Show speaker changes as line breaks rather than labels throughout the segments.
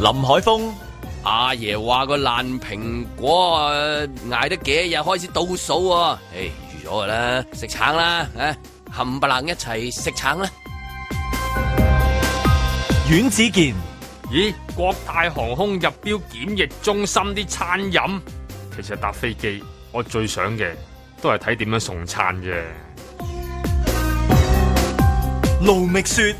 林海峰
阿爺話個爛蘋果啊，捱得幾日開始倒數啊！唉，預咗噶啦，食橙啦，唉，冚唪唥一齊食橙啦！
阮子健
咦，國泰航空入標檢疫中心啲餐飲，其實搭飛機我最想嘅都係睇點樣送餐啫。
盧覓雪。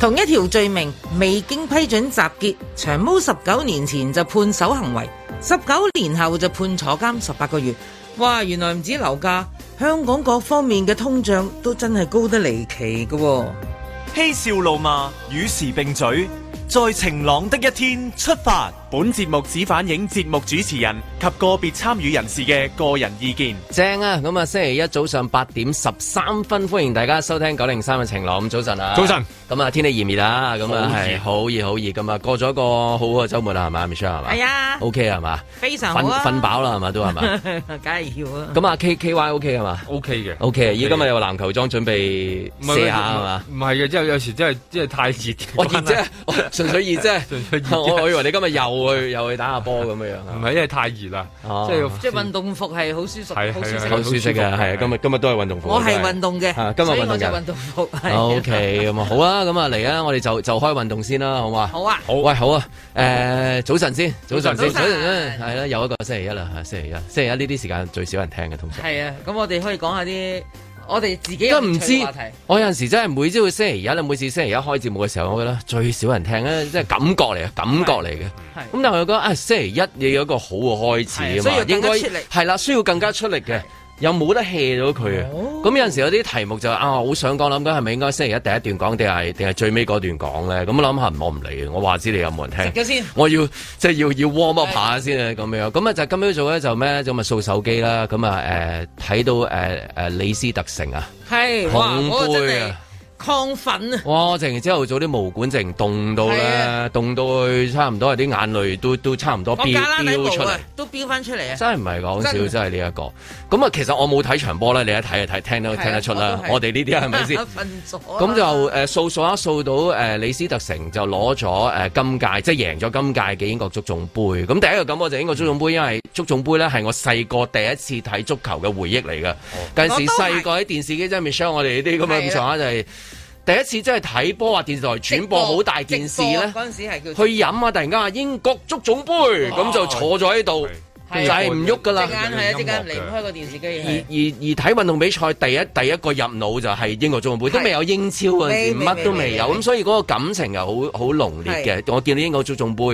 同一條罪名未經批准集結，長毛十九年前就判守行為，十九年後就判坐監十八個月。哇！原來唔止樓價，香港各方面嘅通脹都真係高得離奇嘅喎、
嬉笑怒罵，與時並舉，在晴朗的一天出發。
本節目只反映節目主持人及個別參與人士嘅個人意見。
正啊！咁啊，星期一早上八點十三分，歡迎大家收聽九零三嘅晴朗。咁早晨啊！
早晨。
咁啊，天氣炎熱啊！咁啊，
好熱
係好熱好熱咁啊，過咗一個好好嘅週末啦，係嘛，Michelle 係嘛？
係啊
，OK 係嘛？
非常
瞓
好啊！
瞓飽啦係嘛，都 係嘛？
梗係要啊！
咁啊，K K Y OK 係嘛
O K 嘅
？OK，依今日有籃球裝準備
唔係
射下係嘛？
唔係嘅，即係有時真係真係太熱。
我熱啫，我純粹熱啫，
純粹熱啫
我我以為你今日又去又去打下波咁樣
唔
樣啊，
係因為太熱啦，
哦
即係
即係運動服係好舒服，
係
好舒
係
適。
係
好舒適嘅，係啊，今日今日都係運動服。
我係
真
運動嘅
啊，今日
所以
運
我
動
就運
嘅。
動服係
O K，咁啊好啊，咁啊嚟啊，我哋就就開運動先啦，好嘛？
好啊！
好，喂，好啊，誒，早晨先，早晨先，
早
早
晨
晨，係啦，有一個星期一啦，係星期一，星期一呢啲時間最少人聽嘅，通常。
係啊，咁我哋可以講下啲我哋自己
因為
有
唔
興趣嘅
知
話題。，
我有陣時真係每朝星期一啦，每次星期一開節目嘅時候，我覺得最少人聽咧，即係感覺嚟嘅，感覺嚟嘅。
係
咁但係我覺得啊，星期一你有一個好嘅開始啊
係需要
嘛，
更
應
加
該
出力
係啦，需要更加出力嘅。又冇得 hea 到佢啊！咁有陣時有啲題目就啊，好想講，諗緊係咪應該星期一第一段講，定係定係最尾嗰段講咧？咁諗下，我唔理，我話知你有冇人
食
聽
咗先。
我要即係要要 warm up 下先啊，咁樣。咁啊就今朝早咧就咩咧？咁啊掃手機啦，咁啊誒睇到誒誒李斯特城啊！
係哇！
捧
嗰個真
杯
係
啊
亢奮啊！
哇！我淨朝頭早啲毛管淨凍到
係
咧
啊，
凍到去差唔多係啲眼淚都都差唔多
我
飆
加拉底
飆
毛
哦出嚟
啊。，都飆翻出嚟啊！
真係唔係講笑，
真
真係呢一個。咁啊，其實我冇睇場波咧，你一睇就睇，聽到
係啊
聽得出啦
我。都係
我哋呢啲係咪先？
瞓咗啊啦
咁就誒數數一數到誒呃李斯特城就攞咗誒呃今屆，即係贏咗今屆嘅英國足總杯。咁第一個感覺就係英國足總杯，因為足總杯咧係我細個第一次睇足球嘅回憶嚟嘅。
哦
嗰陣時細個喺電視機真係 Michelle，我哋呢啲咁嘅
啊
咁上下就係第一次真係睇波啊！電視台轉播好大件事咧
直。播嗰陣時係叫
去飲啊！突然間話英國足總杯，咁就坐咗喺度，就
係
係唔喐噶啦
隻。眼係啊，隻眼離唔開個電視機
而而
係。
而睇運動比賽第一第一個入腦就係英國足總杯，都
係
未有英超嗰陣時，
未未
乜都未有，
未
咁所以嗰個感情又好好濃烈嘅。我見到英國足總杯，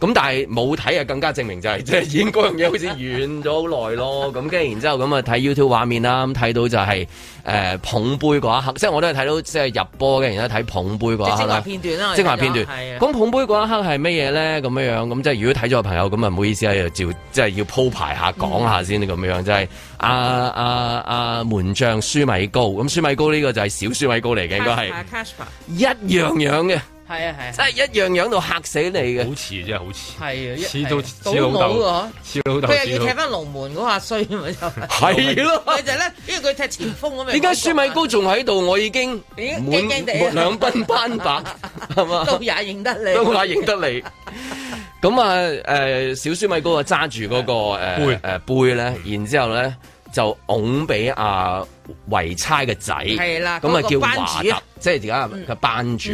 咁但係冇睇啊，更加證明就係 即係已經嗰樣嘢好似遠咗好耐咯。咁跟住然之後咁啊睇 YouTube 畫面啦，咁睇到就係誒捧杯嗰一刻，即係我都係睇到即係入波嘅，然之後睇捧杯
即
嗰一刻
精華
啦。
片段啦，我哋
精華片
講係
段。
啊
咁捧杯嗰一刻係乜嘢咧？咁樣樣咁即係如果睇咗嘅朋友咁啊，唔好意思啊，又照即係要鋪排下講下先咁樣樣，即係阿阿阿門將舒米高，咁舒米高呢個就係小舒米高嚟嘅，應該係
Casper，
一樣樣嘅，
係啊係啊，
真
哎
係一樣樣到嚇死你嘅。
好似真係好似，
係啊，
似到
似
似老
豆
豆，似老豆，
佢
似
又
老
要踢
豆
翻龍門嗰下衰咪就係。
係咯，
佢就咧，因為佢踢前鋒咁樣。啊
點解舒米高仲喺度？我已經
已經
滿
驚驚地啊
滿兩鬢斑白， 係嘛？
都也認得你？
都話認得你。咁啊，誒、小舒米高啊揸住嗰個誒、
杯
呃杯咧，然之後咧就拱俾阿維差嘅仔，
係啦
咁啊
嗰個
叫
班
華
主嗯
特
啊，
即係而家嘅班主。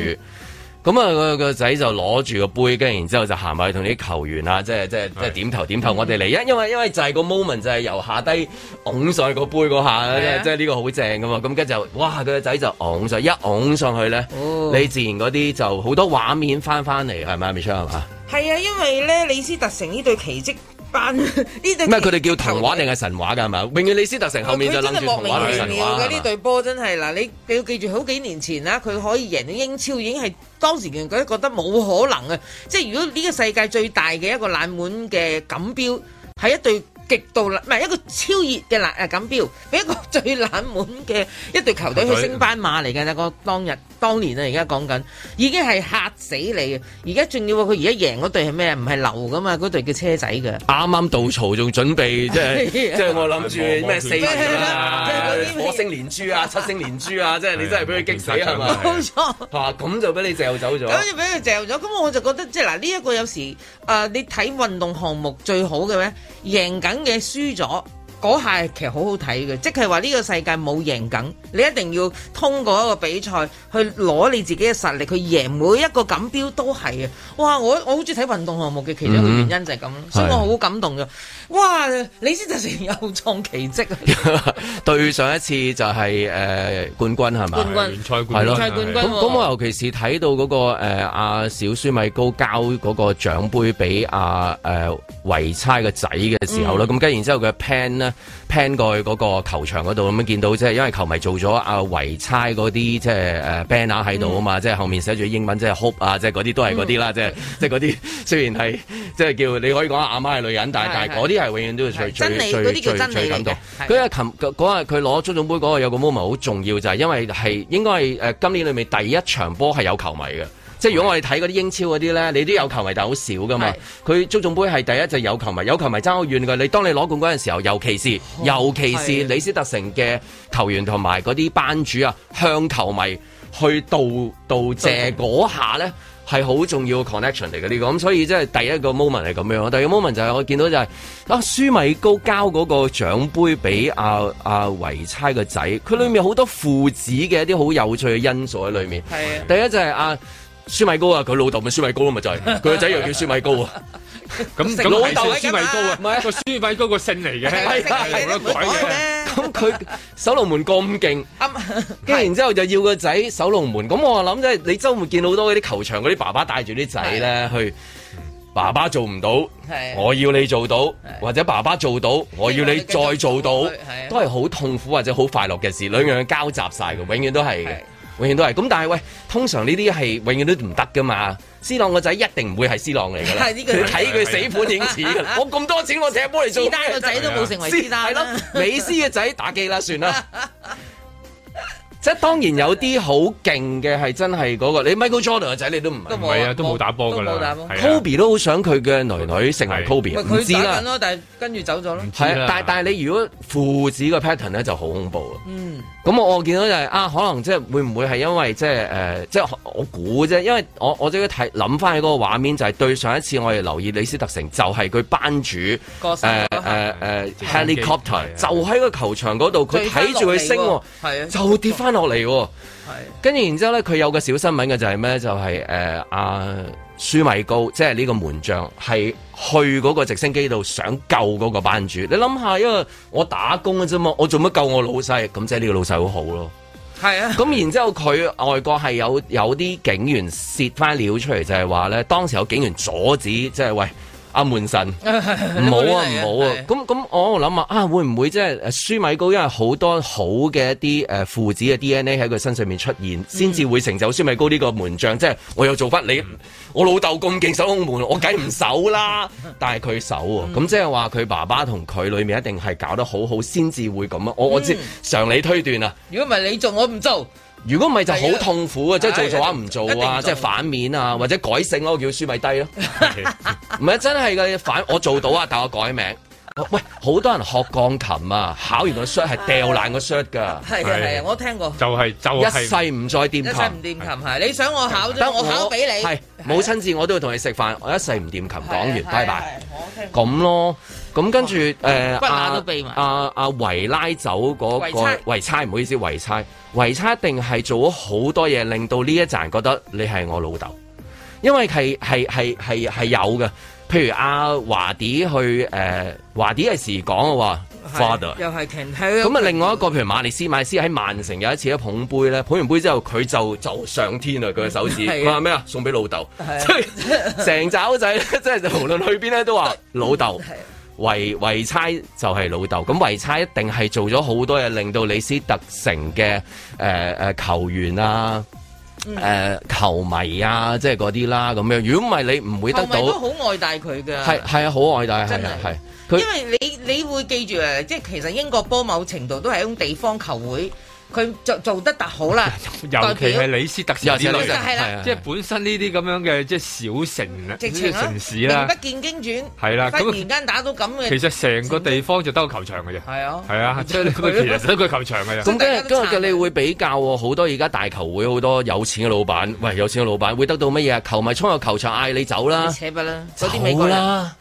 咁啊，個個仔就攞住個杯，跟住然之後就行埋去同啲球員啊，即係即係即係點頭點頭，我哋嚟，因因為因為就係個 moment 就係由下低拱上去個杯嗰下，即
係
係
啊
即係呢個好正噶嘛。咁跟住就哇，佢個仔就拱上，一拱上去咧，
哦
你自然嗰啲就好多畫面翻翻嚟，係咪 Michelle 係嘛？
係啊，因為咧，李斯特城呢對奇蹟班呢對奇
咩？佢哋叫童話定
球
係神話㗎係嘛？永遠李斯特城
隊
後面就
佢真
諗
係
住
莫
童
名
話定
其
神
妙
話
嘅呢
係嘛。
隊波真係嗱，你你要記住好幾年前啦，佢可以贏到英超已經係當時嘅人覺得冇可能啊！即係如果呢個世界最大嘅一個冷門嘅錦標係一隊極度冷，唔係一個超熱嘅冷誒錦標，俾一個最冷門嘅一隊球隊去升班馬嚟嘅 啦。個當日當年啊，而家講緊已經係嚇死你啊！而家仲要佢而家贏嗰隊係咩？唔係流噶嘛，嗰隊叫車仔嘅。
啱啱到槽仲準備，即係
係啊
即係我諗住咩四
係啊
人
啦即
啊
係嗰 啲，咩
火星連珠啊、七星連珠啊，即係你真係俾佢激死
係啊
係嘛？
冇錯。
嚇咁就俾你嚼走咗。
咁就俾佢嚼咗，咁我就覺得即係嗱，呢一個有時誒、呃你睇運動項目最好嘅咩？贏緊嘅輸咗。嗰下其實好好睇嘅，即係話呢個世界冇贏緊，你一定要通過一個比賽去攞你自己嘅實力去贏每一個
嗯
錦標都係啊！哇，我我好中意睇運動項目嘅其中一個原因就係咁，所以我好感動嘅。哇，李斯特城又創奇 蹟啊！
對上一次就係、誒、冠軍係咪？
冠軍
聯賽
係
冠軍
咯
賽冠軍
咁咁，
喎
我尤其是睇到嗰、個誒阿、小舒米高交嗰個獎杯俾阿誒維差嘅仔嘅時候
嗯
啦，咁跟、然之後佢 pan 咧 pan 過去嗰個球場嗰度咁樣見到，即係因為球迷做咗阿維差嗰啲即係誒 banner 喺度啊
嗯
嘛，即係後面寫住英文即係 hope 啊，即係嗰啲都係嗰啲啦，即係即係嗰啲雖然係即係叫你可以講阿媽係女人，但係
係
但係
係
嗰啲係永遠都要最
係真理
最
嗰啲叫
最
真理
最
嚟
感動
嘅。係
佢因為琴嗰日佢攞足總杯嗰個有個 moment 好重要，就係因為係應該係誒呃今年裏面第一場波係有球迷嘅。即係如果我哋睇嗰啲英超嗰啲咧，你都有球迷，但係好少噶嘛
係。
佢足總杯係第一就有球迷，有球迷爭好遠㗎。你當你攞冠軍嘅時候，尤其是尤其是
係
李斯特城嘅球員同埋嗰啲班主啊，向球迷去道道謝嗰下咧。係好重要嘅 connection 嚟嘅呢個，咁所以即係第一個 moment 係咁樣，第二個 moment 就係我見到就係、啊舒米高交嗰個獎杯俾阿阿維差個仔，佢裏面好多父子嘅一啲好有趣嘅因素喺裏面。
係啊，
第一就係阿、舒米高啊，佢老豆咪舒米高咯，咪就係佢個仔又叫舒米高啊，
咁
食
咁
老
老
豆
豆
嚟㗎
舒米
嘛
高
唔係啊
啊，個舒米高個姓嚟嘅，
係啊
係冇得改
係
嘅。
啊
咁佢守龍門咁勁。
啱
跟住然之後就要個仔守龍門，咁我諗即係你周末見到好多嗰啲球場嗰啲爸爸帶住啲仔咧去，爸爸做唔到
係，
我要你做到，或者爸爸做到，我要你再做到
係，啊
都係好痛苦或者好快樂嘅事，兩樣交集晒嘅，永遠都係嘅
係，
永遠都係。咁但係喂，通常呢啲係永遠都唔得噶嘛。斯朗個仔一定唔會係斯朗嚟㗎啦，
係
你
呢個係
睇佢死盤影似 㗎啦。我咁多錢我踢波嚟做
斯
咩，
丹個仔都冇成為斯丹
係
啦
咯，，美斯嘅仔打機啦，算啦。即係當然有啲好勁嘅係真係嗰、個，你 Michael Jordan 嘅仔你都唔係
唔係啊，都冇打波㗎
都冇打
啦
波。
係啊
Kobe 都好想佢嘅女女成為
係
Kobe，
咪
啊唔知
佢打緊
啦。
咯，但係跟住走咗咯。
知啦
係啊，但但係你如果父子嘅 pattern 咧就好恐怖啊。
嗯，
咁我我見到就係、啊，可能即係會唔會係因為即係誒，即係我估啫，因為我我即係睇諗翻起嗰個畫面，就係、對上一次我哋留意李斯特城，就係、佢班主誒
過身
誒
嗰下
誒
直升機
helicopter，
係啊
就喺個球場嗰度，佢睇住佢升喎，
係啊，
就跌翻落嚟喎。
係
跟住然之後咧，佢有個小新聞嘅就係咩？就係誒阿舒米高，即係呢個門將，係去嗰個直升機度想救嗰個班主。你諗下，因為我打工嘅啫嘛，我做乜救我老細？咁即係呢個老細好好咯。
係啊，
咁然之後佢外國係有有啲警員泄翻料出嚟，就係話咧，當時有警員阻止，即係喂阿門 神。唔好啊，唔好啊！咁咁，我諗啊，啊會唔會即係誒舒米高，因為好多好嘅一啲誒父子嘅 DNA 喺佢身上面出
嗯
現，先至會成就舒米高呢個門將。即係我有做法，你我老豆咁勁守空門，我梗唔守 啦。但係佢守
嗯
喎，咁即係話佢爸爸同佢裏面一定係搞得好好，先至會咁啊！我我知常理推斷啊。
嗯如果唔係你做，我唔做。
如果唔係就好痛苦啊！即係做做下唔
一
做
定
啊，
做
即係反面啊，或者改姓咯，叫舒米低咯。 唔係真係嘅反，我做到啊，但我改名。 喂，好多人學鋼琴啊，考完個 shot 係掉爛個 shot 噶，
係啊係啊，我聽過。
就係就
一
係
世唔再掂
一世唔
琴。
掂琴係，你想我考
得
咗，我考俾你。
係母親節我都要同你食飯，我一世唔掂琴，講完拜拜。。
我聽。
咁咯，咁跟住誒，
哦骨
阿
罅都避埋
阿阿維拉走
維
嗰
差
個維差，唔好意思，維差，維差一定係做咗好多嘢，令到呢一陣人覺得你係我老豆，因為係係係係係有嘅。譬如阿華迪去誒，華迪係時講嘅話，father。
又係 can
咁啊，另外一個譬如馬利斯，馬利斯喺曼城有一次一捧杯咧，捧完杯之後佢就就上天啦，佢嘅手指，
係啊
佢話咩啊？送俾老豆，
係啊
即 係成爪仔咧， 即係無論去邊咧都話老豆。
係
維維差就係老豆，咁維差一定係做咗好多嘢，令到李斯特城嘅誒誒球員啊、
嗯
誒球迷啊，即係嗰啲啦咁樣。如果唔係你唔會
球
得
迷
到
都好愛戴佢㗎。
係係啊，好愛戴
真
係啊
係
係。佢
因為你你會記住誒，即係其實英國波某程度都係一種地方球會，佢做做得特好啦，
尤其係
代表
李斯特城
尤其
之
係
呢
女
就
類
仔，
係啦
即係本身呢啲咁樣嘅即係小城
直情啦，
城市啦
名，不見經傳，
係啦咁
忽然間打到咁嘅，
其實成個地方就得個球場嘅啫。
係啊，
係啊，即係 你佢其實得個球場嘅啫。
咁
咁
跟
大
住
家都
跟住
撐啊
嘅，
佢
你會比較喎好多而家大球會好多有錢嘅老闆，喂有錢嘅老闆會得到乜嘢啊？球迷衝入球場嗌你走啦
你，扯不啦，
走
嗰啲美國人啊
啦，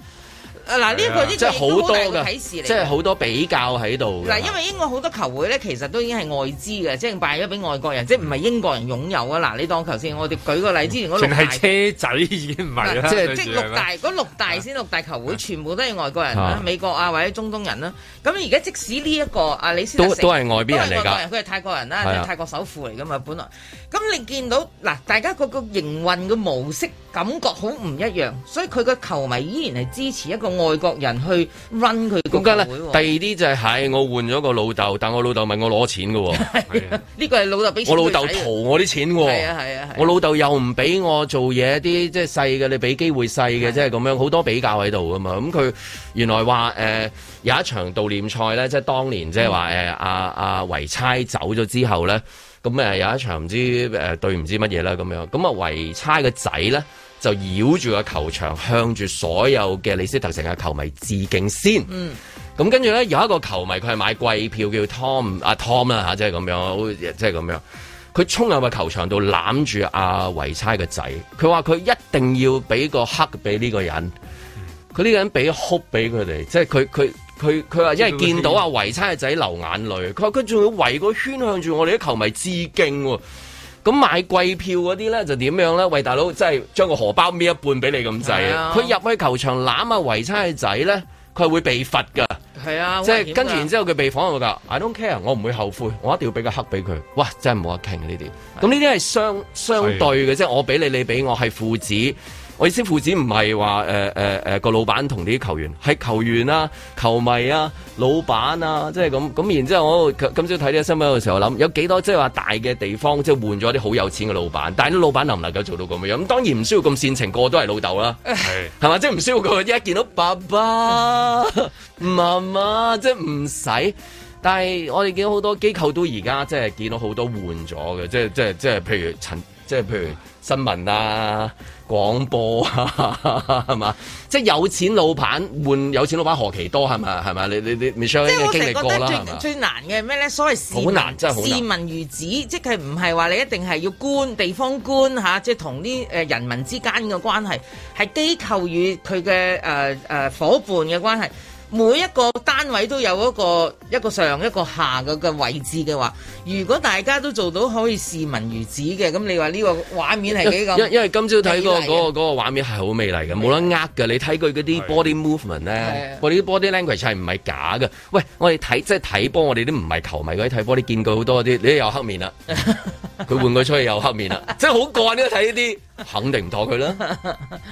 嗱呢個呢
即
個
係
亦
好
都好大
多
嘅
嘅，
啟示
即
嚟
係
嘅。
好多比較喺度嘅。
嗱，因為英國好多球會咧，其實都已經係外資嘅，即係賣咗俾外國人，即係唔係英國人擁有啊！嗱，你當頭先我哋舉個例，之前嗰六
淨
大
係車仔已經唔係啦，
即係
對住
即係六
係咪
大嗰六大先六大球會，全部都係外國人
啊
啦，美國啊或者中東人啦。咁而家即使呢一個啊李斯特
都
城
都係外邊人
都係
嚟
外國
㗎
人，。佢係泰國人啦，
係啊
即係泰國首富嚟噶嘛，本來。咁你見到嗱，大家個個營運嘅模式感覺好唔一樣，所以佢個球迷依然係支持一個外國人去 run 佢
咁
個
梗啦，
球
第
會
二
喎。
啲就係、係我換咗個老豆，但我老豆問我攞錢嘅喎，
係啊
呢個係老豆 俾
我
錢
老豆
佢使嘅啊
逃我啲錢嘅
係
喎
啊。係啊係
我
啊。
老豆又唔俾我做嘢，啲即係細嘅，你俾機會細
啊
嘅，即係咁樣好多比較喺度噶嘛。咁佢原來話誒、呃有一場悼念賽咧，即係當年即係話誒阿阿維差走咗之後咧，咁誒有一場唔知誒、呃、對唔知乜嘢啦咁樣，咁啊維差嘅仔咧就繞住個球場向住所有嘅李斯特城嘅球迷致敬先。嗯。咁跟住咧有一個球迷佢係買貴票叫 Tom 阿、Tom 啦嚇，即係咁樣，好即係咁樣。佢衝入個球場度攬住阿維差嘅仔，佢話佢一定要俾個黑俾呢個人，佢呢個人俾 hope 俾佢哋，即係佢佢佢佢話因為見到阿維差嘅仔流眼淚，佢話佢仲要圍個圈向住我哋啲球迷致敬喎。咁買貴票嗰啲咧就點樣咧？喂，大佬，即係將個荷包搣一半俾你咁滯
係
啊
啊！
佢入去球場攬阿維差嘅仔咧，佢係會被罰㗎。
係啊，
即
好危
係
險
跟住
㗎
然之後佢被訪問㗎，I don't care，我唔會後悔，我一定要俾個黑俾佢。哇，真係冇得傾呢啲。咁呢啲係相相對嘅，即係我俾你，你俾我，係父子。我意思父子唔係話誒誒誒個老闆同啲球員，係球員啊、球迷啊、老闆啊，即係咁咁。然之後我今今朝睇呢個新聞嘅時候，諗有幾多即係話大嘅地方，即係換咗啲好有錢嘅老闆，但係啲老闆能唔能夠做到咁樣？咁當然唔需要咁煽情，個個都係老豆啦。
係
係嘛？即係唔需要佢一見到爸爸、 媽媽，即係唔使。但係我哋見到好多機構都而家即係見到好多換咗嘅，即係即係即係譬如陳，即係譬如新聞啊、廣播啊， 係嘛？即係有錢老闆換有錢老闆何其多係咪？係咪？你你你 Michelle
即係
應
我成
該哎經
日
歷
覺
過
得
啦，
最
係嘛？
最難嘅係咩咧？所謂市
好
民
難真係好難
市民如子，即係唔係話你一定係要官地方官嚇、即係同啲誒人民之間嘅關係，係機構與佢嘅誒誒伙伴嘅關係。每一個單位都有一個一個上一個下嘅嘅位置嘅話，如果大家都做到可以市民如子嘅，咁你話呢個畫面係幾
因
咁？
因為今朝睇嗰個
美麗嘅
嗰個嗰個畫面係好美麗嘅，冇得呃嘅。你睇佢嗰啲 body movement 咧
係
，body body language 係唔係假嘅？喂，我哋睇即係睇波，我哋都唔係球迷嗰啲睇波，你見過好多啲，你又 黑面啦，佢換佢出去又黑面啦，即係好過癮呢睇呢啲，肯定唔妥 佢啦。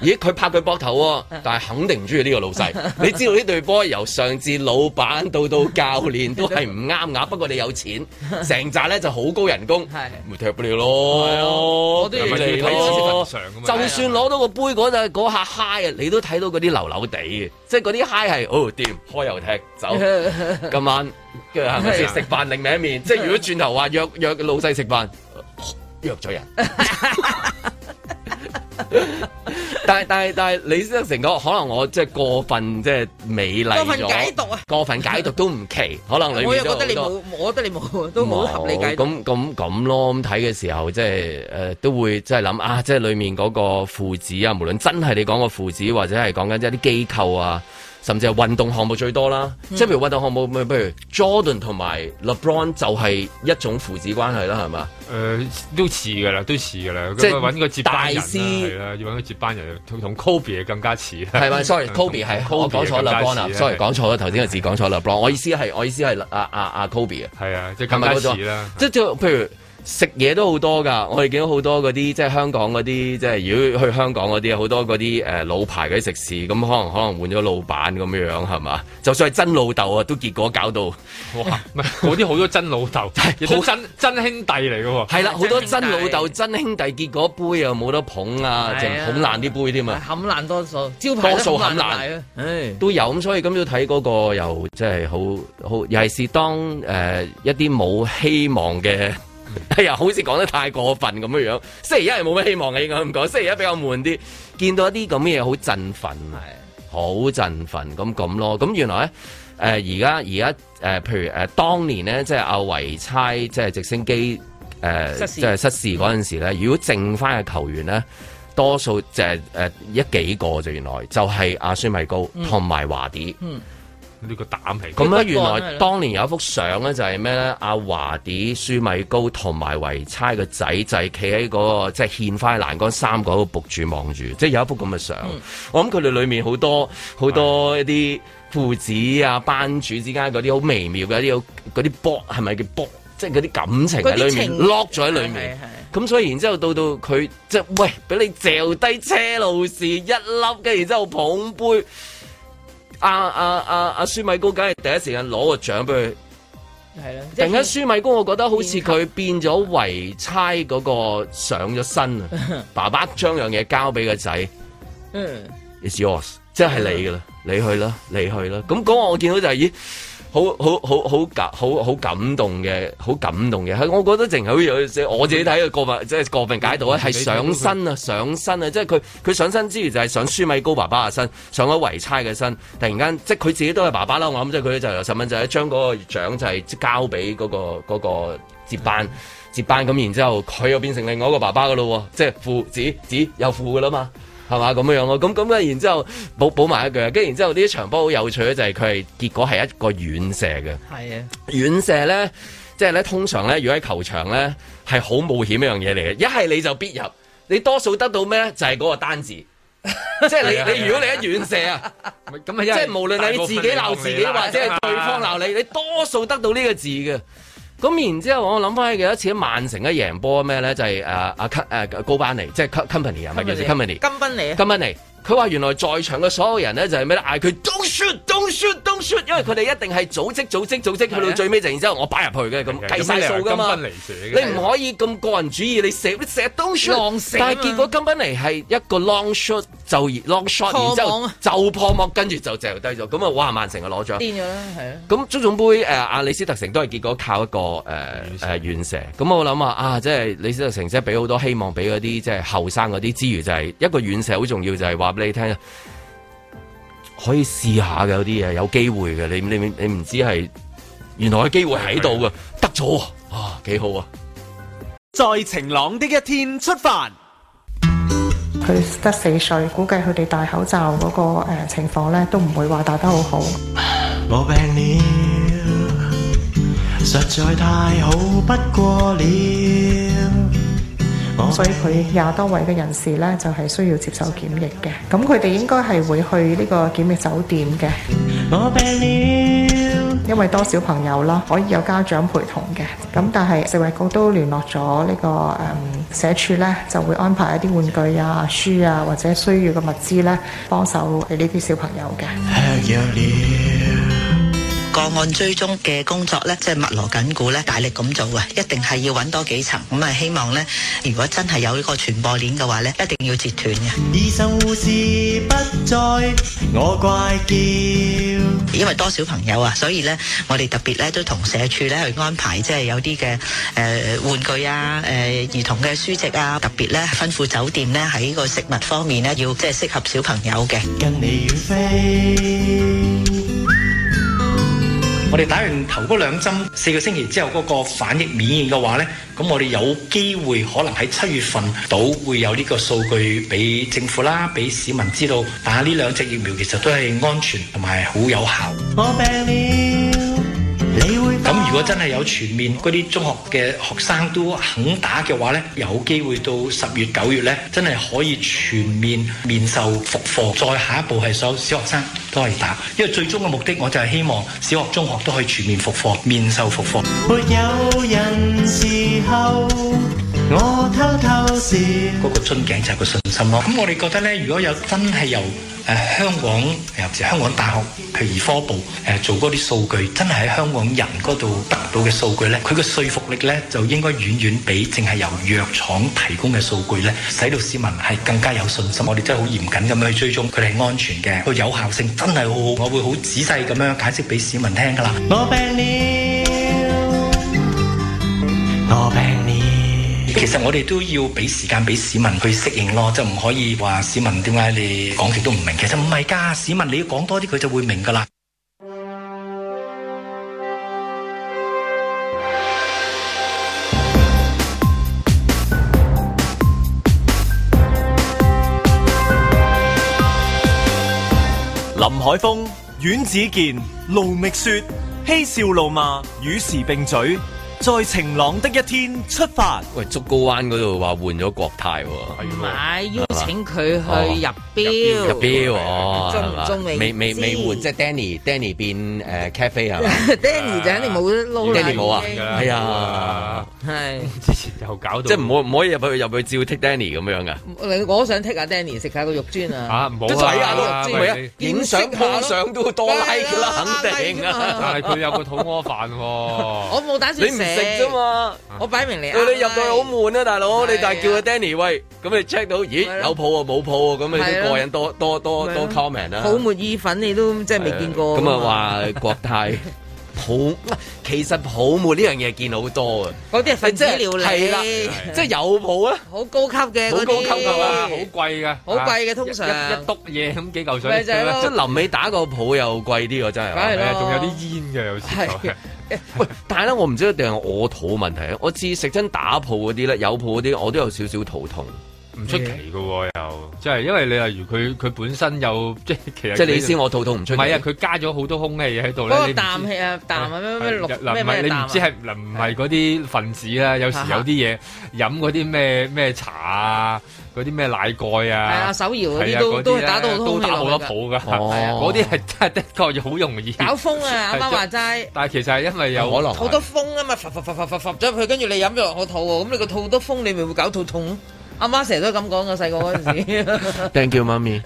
咦，佢拍佢膊頭喎，但係肯定唔中意呢個老 細。你知道呢隊波由上至老闆到到教練都係唔啱眼，不過你 有錢，成扎咧就好高人工，
係啊
咪踢俾你咯，我
我都要
咪你
睇
咯。
先正常㗎嘛
就算攞到個杯嗰陣嗰下 high 啊，你都睇到嗰啲流流地嘅，即係嗰啲 high 係哦掂，開又踢 走，今晚跟住係咪先
係啊
食飯另一面？即係
啊
如果轉頭話約約老細食飯，呃約 咗人。 但係但係但係，李先成個可能我即係過分即係美麗
過
咗，
分解讀啊
過分解讀都唔奇，可能裏
我又
面
覺
都有好
得你
多
冇，我覺得你冇，都冇合理解讀。
咁咁咁咯，咁睇嘅時候即係誒都會即係諗啊，即係裡面嗰個父子啊，無論真係你講個父子，或者係講緊一啲機構啊，甚至係運動項目最多啦。
嗯
即係譬如運動項目，咪譬如 Jordan 同埋 LeBron 就係一種父子關係啦，係嘛？
誒呃都似㗎啦，都似㗎啦。
即
即
係
係揾啊個接班人
大
啦，
師
係啦，要揾個接班人，同同 Kobe 更加似啦。
係咪？Sorry，Kobe 係我講錯 LeBron 啦，sorry 講錯咗頭先個字講錯 LeBron。我意思係我意思係阿阿阿 Kobe 啊。
係啊，即係
係
更
咪
加
嗰種
似啦？。
即係譬如食嘢都好多㗎，我哋見到好多嗰啲即係香港嗰啲，即係如果去香港嗰啲好多嗰啲誒老牌嗰啲食肆，咁可能可能換咗老闆咁樣樣係嘛？就算係真老豆啊，都結果搞到
哇，唔係 嗰啲好多真老 豆，亦都真真兄弟嚟嘅喎。
係啦，好多真老豆真兄弟，結果杯又冇得捧啊，淨
係啊
捧爛啲杯添啊！
冚爛多數，招牌
多數
都
冚爛
大啊！唉，
都有咁，所以今朝睇嗰個又即係好好，尤其是當誒、呃一啲冇希望嘅，
嗯
哎呀，好似講得太過分咁樣樣。星期一係冇乜希望嘅，應該咁講。星期一比較悶啲，見到一啲咁嘅嘢好振奮，啊好振奮咁咁咯。咁原來咧。誒而家而家誒，譬如誒、呃，當年咧，即係阿維差，即係直升機誒，呃
失事
即係失事嗰陣時咧，如果剩翻嘅球員咧，多數就係誒一幾個就原來就係阿孫米高同埋華迪。
呢個膽皮，
咁
呢個
咧，原
個案係
來
啦
當年有一幅相咧，就係咩咧？阿華迪、舒米高同埋維差個仔就係企喺嗰個即係獻花欄杆三個喺度仆住望住，即係有一幅咁嘅相。我諗佢哋裏面好多好多一啲父子啊、班主之間嗰啲好微妙嘅一啲嗰啲波係咪叫波？即係嗰啲感情喺裏面 lock 咗喺裏面。咁所以然之後到到佢即係喂，俾你嚼低車路士一粒，跟住然之後捧杯，阿阿阿阿舒米高梗係第一時間攞個獎俾佢。
係係啦，
突然間
即
舒米高，我覺得好似佢變咗維差嗰個上咗身 啊！爸爸將樣嘢交俾個仔
嗯
，it's yours，即係你噶啦，你去啦，你去啦。咁嗰個我見到就係、咦，好好好好感好好感動嘅，好感動嘅。係我覺得淨係好似有我自己睇嘅過分，即係過分解讀咧，係上身啊，上身啊，即係佢佢上身之餘就係上舒米高爸爸嘅身，上咗維差嘅身。突然間，即係佢自己都係爸爸啦，我諗即係佢就由細蚊仔將嗰個獎就係交俾嗰、個嗰、個接班。接班咁，然之後佢又變成另外一個爸爸噶咯喎，即係父子子又父噶啦嘛，係嘛咁樣樣咯。咁咁咧，然之後補補埋一句，跟住然之後呢場波好有趣咧，就係佢係結果係一個遠射嘅。
係啊，
遠射咧，即係咧通常咧，如果喺球場咧係好冒險一樣嘢嚟嘅，一係你就必入，你多數得到咩咧？就係、嗰個單字。即係你，你如果你一遠射啊，
咁啊，
即係無論你自己鬧自己或者係對方鬧你，你多數得到呢個字嘅。咁然之後，我諗翻起有一次喺曼城嘅贏波咩咧，就係誒阿誒高班尼，即係 Co- company 係咪叫做 company？
金賓嚟啊，
金蚊嚟，佢話原來在場嘅所有人咧就係咩咧？嗌佢 don't shoot don't shoot don't shoot，因為佢哋一定係組織組織組織，去到最尾就然之後我擺入去嘅啊咁計晒數噶嘛。你唔可以咁個人主義，你射你射 don't shoot，
浪射啊嘛
但係結果金賓尼係一個 long shot 就 long shot，
破
然
網
之後就破啊網，跟住就掉低咗。咁啊，哇！曼城啊攞獎。
癲咗啦，係啊，
咁足總杯誒阿李斯特城都係結果靠一個誒誒遠射，咁我諗啊啊，即係李斯特城即係俾好多希望俾嗰啲即係後生嗰啲之餘，就係一個遠射好重要，就係話俾你聽，可以試下嘅有啲嘢有機會嘅，你你你唔知係原來嘅機會喺度嘅，得咗喎啊幾好啊！
在晴朗的一天出發。
佢得四歲，估計佢哋戴口罩嗰、個、呃、情況咧，都唔會話戴得好好。
我病了，實在太好不過了。我
所以佢廿多位嘅人士咧，就係、需要接受檢疫嘅。咁佢哋應該係會去呢個檢疫酒店嘅，
我病了，
因為多小朋友啦，可以有家長陪同嘅。咁但係食衞局都聯絡咗呢、個誒、嗯社署咧，就會安排一啲玩具啊、書啊或者需要嘅物資咧，幫手俾呢啲小朋友嘅。
吃藥了。
個案追蹤嘅工作呢，即係密鑼緊鼓呢，大力咁做嘅，一定係要揾多幾層。咁啊，希望呢，如果真係有呢個傳播鏈嘅話呢，一定要截斷嘅。
醫生護士不在，我怪叫。
因為多小朋友啊，所以呢，我哋特別呢都同社署呢去安排，即係有啲嘅誒玩具啊、誒、兒童嘅書籍啊，特別呢吩咐酒店呢喺個食物方面呢，要即係適合小朋友嘅。
跟你遠飛。
我哋打完頭嗰兩針四個星期之後嗰個反應免疫嘅話呢，咁我哋有機會可能喺七月份到會有呢個數據俾政府啦，俾市民知道打呢兩隻疫苗其實都係安全同埋好有效。
我病了，你會
咁如果真係有全面嗰啲中學嘅學生都肯打嘅話呢，有機會到十月九月呢，真係可以全面面授復課。再下一步係所有小學生都可以打，因為最終嘅目的我就係希望小學、中學都可以全面復課、面授復課。
沒有人時候，我偷偷笑。
嗰個樽頸就係個信心咯。咁我哋覺得咧，如果有真係由誒、呃香港尤其是香港大學譬如兒科部誒、呃做嗰啲數據，真係喺香港人嗰度得到嘅數據咧，佢嘅說服力咧就應該遠遠比淨係由藥廠提供嘅數據咧，使到市民係更加有信心。我哋真係好嚴謹咁樣去追蹤佢哋係安全嘅，個有效性真係好好。我會好仔細咁樣解釋俾市民聽㗎啦。
我病了，我病了。
其實我哋都要俾時間俾市民去適應咯，就唔可以話市民點解你講極都唔明。其實唔係㗎，市民你要講多啲佢就會明㗎啦。
林海峰、阮子健、卢觅雪，嬉笑怒骂，与时并举，在晴朗的一天出发。
喂，竹篙灣嗰度話換咗國泰喎，
唔係邀請佢去入標，
哦入標哦，
中唔
係嘛
中
未
未
未
知
未換，即係 Danny Danny 變誒呃 cafe 係 嘛啊
Danny 就肯定冇得撈啦
Danny 冇啊
已經
係啊，
係
之前又搞到
即係唔好唔可以入去入去照剔 Danny 咁樣噶。
我我想剔下 Danny 食下個肉磚 啊！
啊，唔好
都睇下
啊
咯，唔係啊
喂，
影相鋪相都多 like 啦，肯定啊！
但係佢有個肚屙飯啊喎，
我冇打
你
算
唔食啫，嘛？
我擺明你
你你入到去好
悶，
悶啊，大佬！
係啊
你但係叫阿 Danny 喂，咁你 check 到，咦
係啊
有抱啊冇抱啊，咁你
係啊
都過癮多多多
係啊
多 comment 啦。
泡沫意粉你都真係未見過㗎
咁
嘛。
啊話國 泰泡，其實泡沫呢樣嘢見好多啊，
嗰啲係分子料
係啦
理，，
即係有泡啊，
好高級嘅
好
嗰啲，
高級啊㗎嘛
好貴啊㗎，
好貴嘅通常
一一篤嘢咁幾嚿
啊咪
水，
就係咯
即係臨尾打個泡又貴啲喎，真
梗係
係
啦。
係啊仲有啲煙嘅有時
係
喂，但係咧，我唔知一定係我肚問題啊！我知食真打泡嗰啲咧，有泡嗰啲我都有少少肚痛。
唔出奇嘅喎又，即係因為你例如佢佢本身有即係其實
即係你先，我肚痛唔
唔
出奇。
係啊，佢加咗好多空氣喺度咧，
嗰
你
個
唔知
氮氣啊，氮啊咩咩
係
綠
嗱
咩
唔係
咩
你
氮
唔
啊
知係嗱唔係嗰啲分子啦，有時
哈哈
有啲嘢飲嗰啲咩咩茶啊，嗰啲咩奶蓋
係啊，
啊，
手搖嗰
係
啲
啊
都
嗰啲
都
咧
係打到好
都
多
打
氣
好
落
多
去
泡
㗎
㗎，嗰
哦
啲係真係的確好容易。
搞風 啊！阿媽話齋。
但係其實係因為有
可能
好多風啊嘛，浮浮浮浮浮浮咗入去，跟住你飲咗落我肚喎，咁你個肚多風，你咪會搞肚痛咯。阿媽成日都咁講，我細個嗰 陣時。
Thank you，媽咪。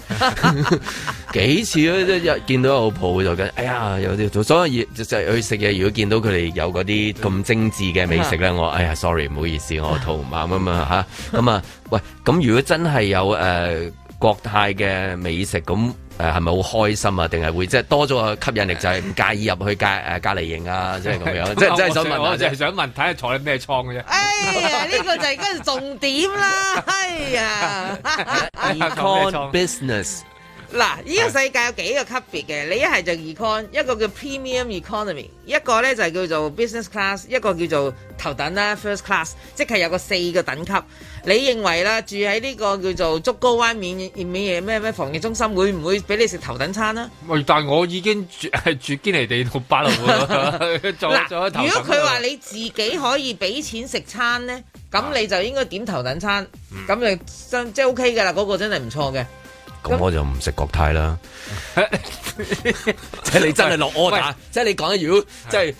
幾次都即係見到有鋪就跟，哎呀有啲做，所以就係去食嘢。如果見到佢哋有嗰啲咁精緻嘅美食咧，我哎呀 sorry，唔好意思，我肚唔啱咁啊吓，咁啊喂，咁如果真係有誒、呃、國泰嘅美食咁。呃誒係咪好開心啊？定係會即係多咗個吸引力，就係唔介意入去隔誒隔離營啊，即係咁樣，即係即係想 問
我
下
就係
啫。
想問睇下坐喺咩倉嘅啫。
哎呀，呢個就係跟住重點 啦！哎呀，
Econ business
嗱，呢個世界有幾個級別嘅，你一係就 econ，一個叫 premium economy，一個咧就係叫做 business class，一個叫做頭等啦 first class，即係有個四個等級。你認為啦，住喺呢個叫做竹篙灣免免嘢咩咩防疫中心，會唔會俾你食頭等餐啊？
喂，但我已經 住係住堅尼地道八樓 喎，做
嗱，
做一頭。
如果佢話你自己可以俾錢食餐呢，
啊
咁你就應該點頭等餐，
嗯
咁你真即係 OK 㗎啦，嗰個真係唔錯嘅。
咁我就唔食國泰 啦。即係你真係落 order，即係你講得如果即係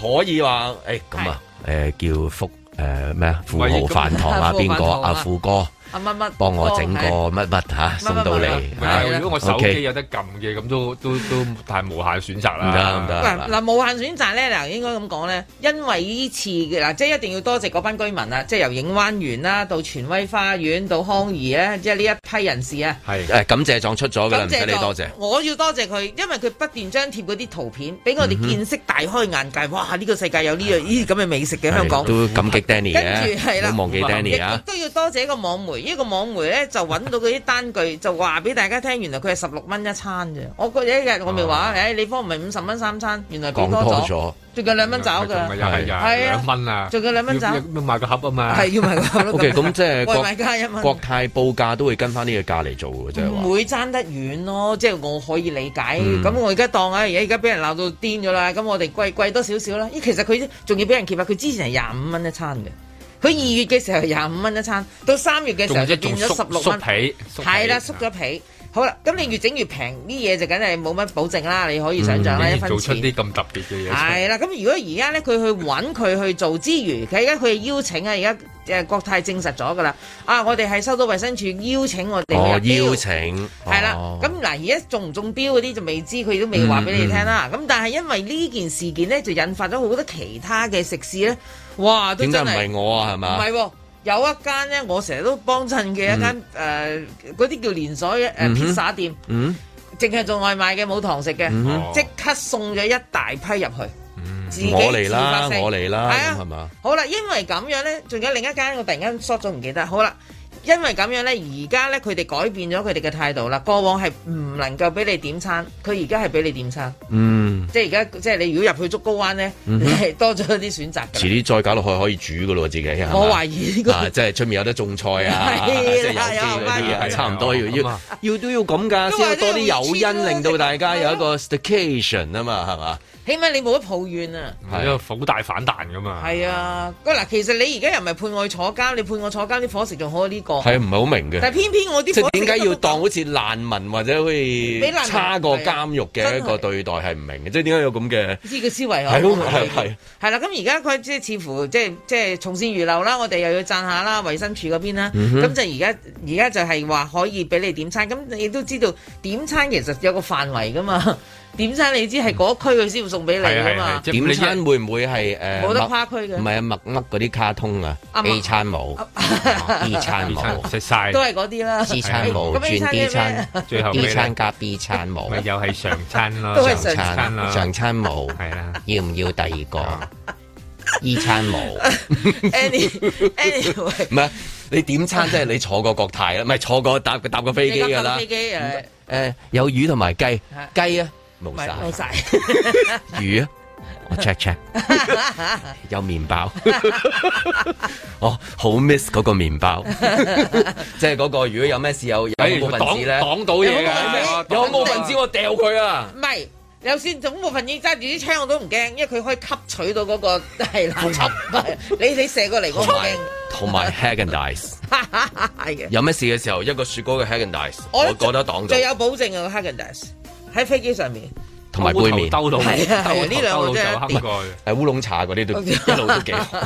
可以話，誒咁啊，誒叫福誒咩啊，富豪飯堂啊，邊個啊，富哥
啊乜乜
幫我整個乜乜嚇送到嚟
唔
啊
係，如果我手機
，OK，
有得撳嘅，咁都都都太無限選擇
唔
啦。
得唔得，係
嗱
嘛
嗱無限選擇咧，嗱應該咁講咧，因為呢次嘅嗱，即係一定要多謝嗰班居民啊，即係由影灣園啦，到荃威花園，到康怡咧，即係呢一批人士啊。
係
誒感謝狀出咗㗎啦，唔使你
就
多謝。
我要多謝佢，因為佢不斷張貼嗰啲圖片，俾
嗯
我哋見識大開眼界。哇！呢、個世界有呢樣呢啲咁嘅美食嘅香港
係。都感激
跟
Danny
住係
嘅，
啦
唔好忘記
亦亦
Danny 啊！
都要多謝一個網媒媒，呢個網媒咧就揾到嗰啲單據，就話俾大家聽，原來佢係十六蚊一餐啫。我嗰一日我咪話，誒你方唔係五十蚊三餐，原來俾多
啊講多
咗
咗，
仲有兩蚊找㗎，
咪又係啊，
係啊
兩蚊啊，
仲有兩蚊找
要要買個盒啊嘛，
係要埋個
O K，咁即 係
外
國
賣加一蚊嗯
國泰報價都會跟翻呢個價嚟做嘅，即係話嗯
唔會爭得遠咯，即係我可以理解。咁、我而家當啊，而家而家俾人鬧到癲咗啦，咁我哋貴貴多少少啦。咦，其實佢仲要俾人揭發，佢之前係廿五蚊一餐嘅。佢二月嘅時候係廿五蚊一餐，到三月嘅時
仲
候
一
就
仲
變
縮
咗十六
縮
蚊，
皮，縮皮
係啦，縮咗皮。好啦，咁你越整越平，啲嘢就梗係冇乜保證啦，你可以想象啦，一
嗯你
分
做出
錢。
啲咁特別嘅嘢出嚟，
係啦，咁如果而家咧，佢去揾佢去做之餘，佢而家佢係邀請啊，而家誒國泰證實咗噶啦，啊，我哋係收到衛生署邀請我哋去
哦
入標
邀請
係啦，
哦
咁嗱，而家中唔中標嗰啲就未知，佢都未話俾你聽
嗯
啦。咁、但係因為呢件事件咧，就引發咗好多其他嘅食肆咧，哇，都
點解
真
唔
係
係我啊？係
唔
嘛？
係喎，有一間咧，我成日都幫襯嘅一間誒嗰啲叫連鎖嘅誒呃
嗯
披薩店，淨係做外賣嘅冇堂食嘅，即刻送咗一大批入去。自己
哦我嚟啦
自發性
我嚟啦
係啊
咁係嘛？
好啦，因為咁樣咧，仲有另一間我突然間 short 咗唔記得。好啦，因為咁樣咧，而家咧佢哋改變咗佢哋嘅態度啦。過往係唔能夠俾你點餐，佢而家係俾你點餐。嗯，即係而家即係你如果入去竹篙灣咧，你係 多咗啲選擇㗎
遲
啦。
啲再搞落去可以煮噶咯，自己係嘛
我懷疑呢個
啊，即係出面有得種菜啊，即
係啦
係有機嗰
有
啲啊，
啊
差唔多要
有
要要都要咁噶，
因為
先有多啲
呢
誘因
個
令到大家有一個 station 啊嘛，係嘛？
起碼你冇得抱怨啊。
係一個好大反彈噶嘛，
係啊，嗱，其實你而家又唔係判我去坐監，你判我坐監啲伙食仲好過呢、個。
係唔係好明
但係
嘅？
偏偏我
即
啲伙
係
食
點解要當
都
好似難民或者好
俾難
似
民啊
差過監獄嘅一個對待係唔明嘅？即係點解有咁嘅？
知嘅思維
係
我
咯
我係
係係
係啦，咁而家佢即係似乎即係即係從善如流啦，我哋又要讚下啦，衞生署嗰邊啦，咁、
嗯
就而家而家就係話可以俾你點餐，咁你都知道點餐其實有個範圍噶嘛， 點餐你知係嗰區佢先會送俾你噶
係啊係啊
嘛
即，係
點餐會唔會係誒？
冇得
麥
跨區嘅
唔係啊，麥粒嗰啲卡通啊
啊麥
，A 餐冇，B 餐冇
食晒
都係嗰啲啦。
，C 餐冇，
咁 A
轉
餐
D
咩
餐
最後尾
，D
咧
餐加 B 餐冇
咪。又係常餐 咯，
都係
上
常
餐
啦，
上餐冇，
係啦，哦
要唔要第二個？依餐 冇，
Any anyway，
唔係你點餐即係你坐過國泰啦，唔係坐過搭搭過 飛機
你
㗎
架
啦
飛。機誒
誒有魚同埋雞，雞啊冇
唔係
晒，
冇晒。
魚啊我 check check 有麵包， 我好 miss 嗰個 麵包，即係嗰個如果有咩事有有
哎
冇分子咧，
擋擋到嘢啊㗎，
擋
有冇分子 我掉佢啊！
唔係，有線總部份已揸住啲槍我都唔驚，因為佢可以吸取到嗰、個 係垃圾。你你射過嚟我唔
同埋
驚，
同埋 Hagen Dice。
係嘅。
有咩事嘅時候，一個雪糕嘅 Hagen Dice，
我
我覺得擋
最
到，
有保證嘅 h a g e n d a s 喺飛機上面，
同埋杯麵，
兜到，
係啊係啊
兜
呢兩個
兜
真係
到
一
就黑蓋。
誒烏龍茶嗰啲 都一路都幾好。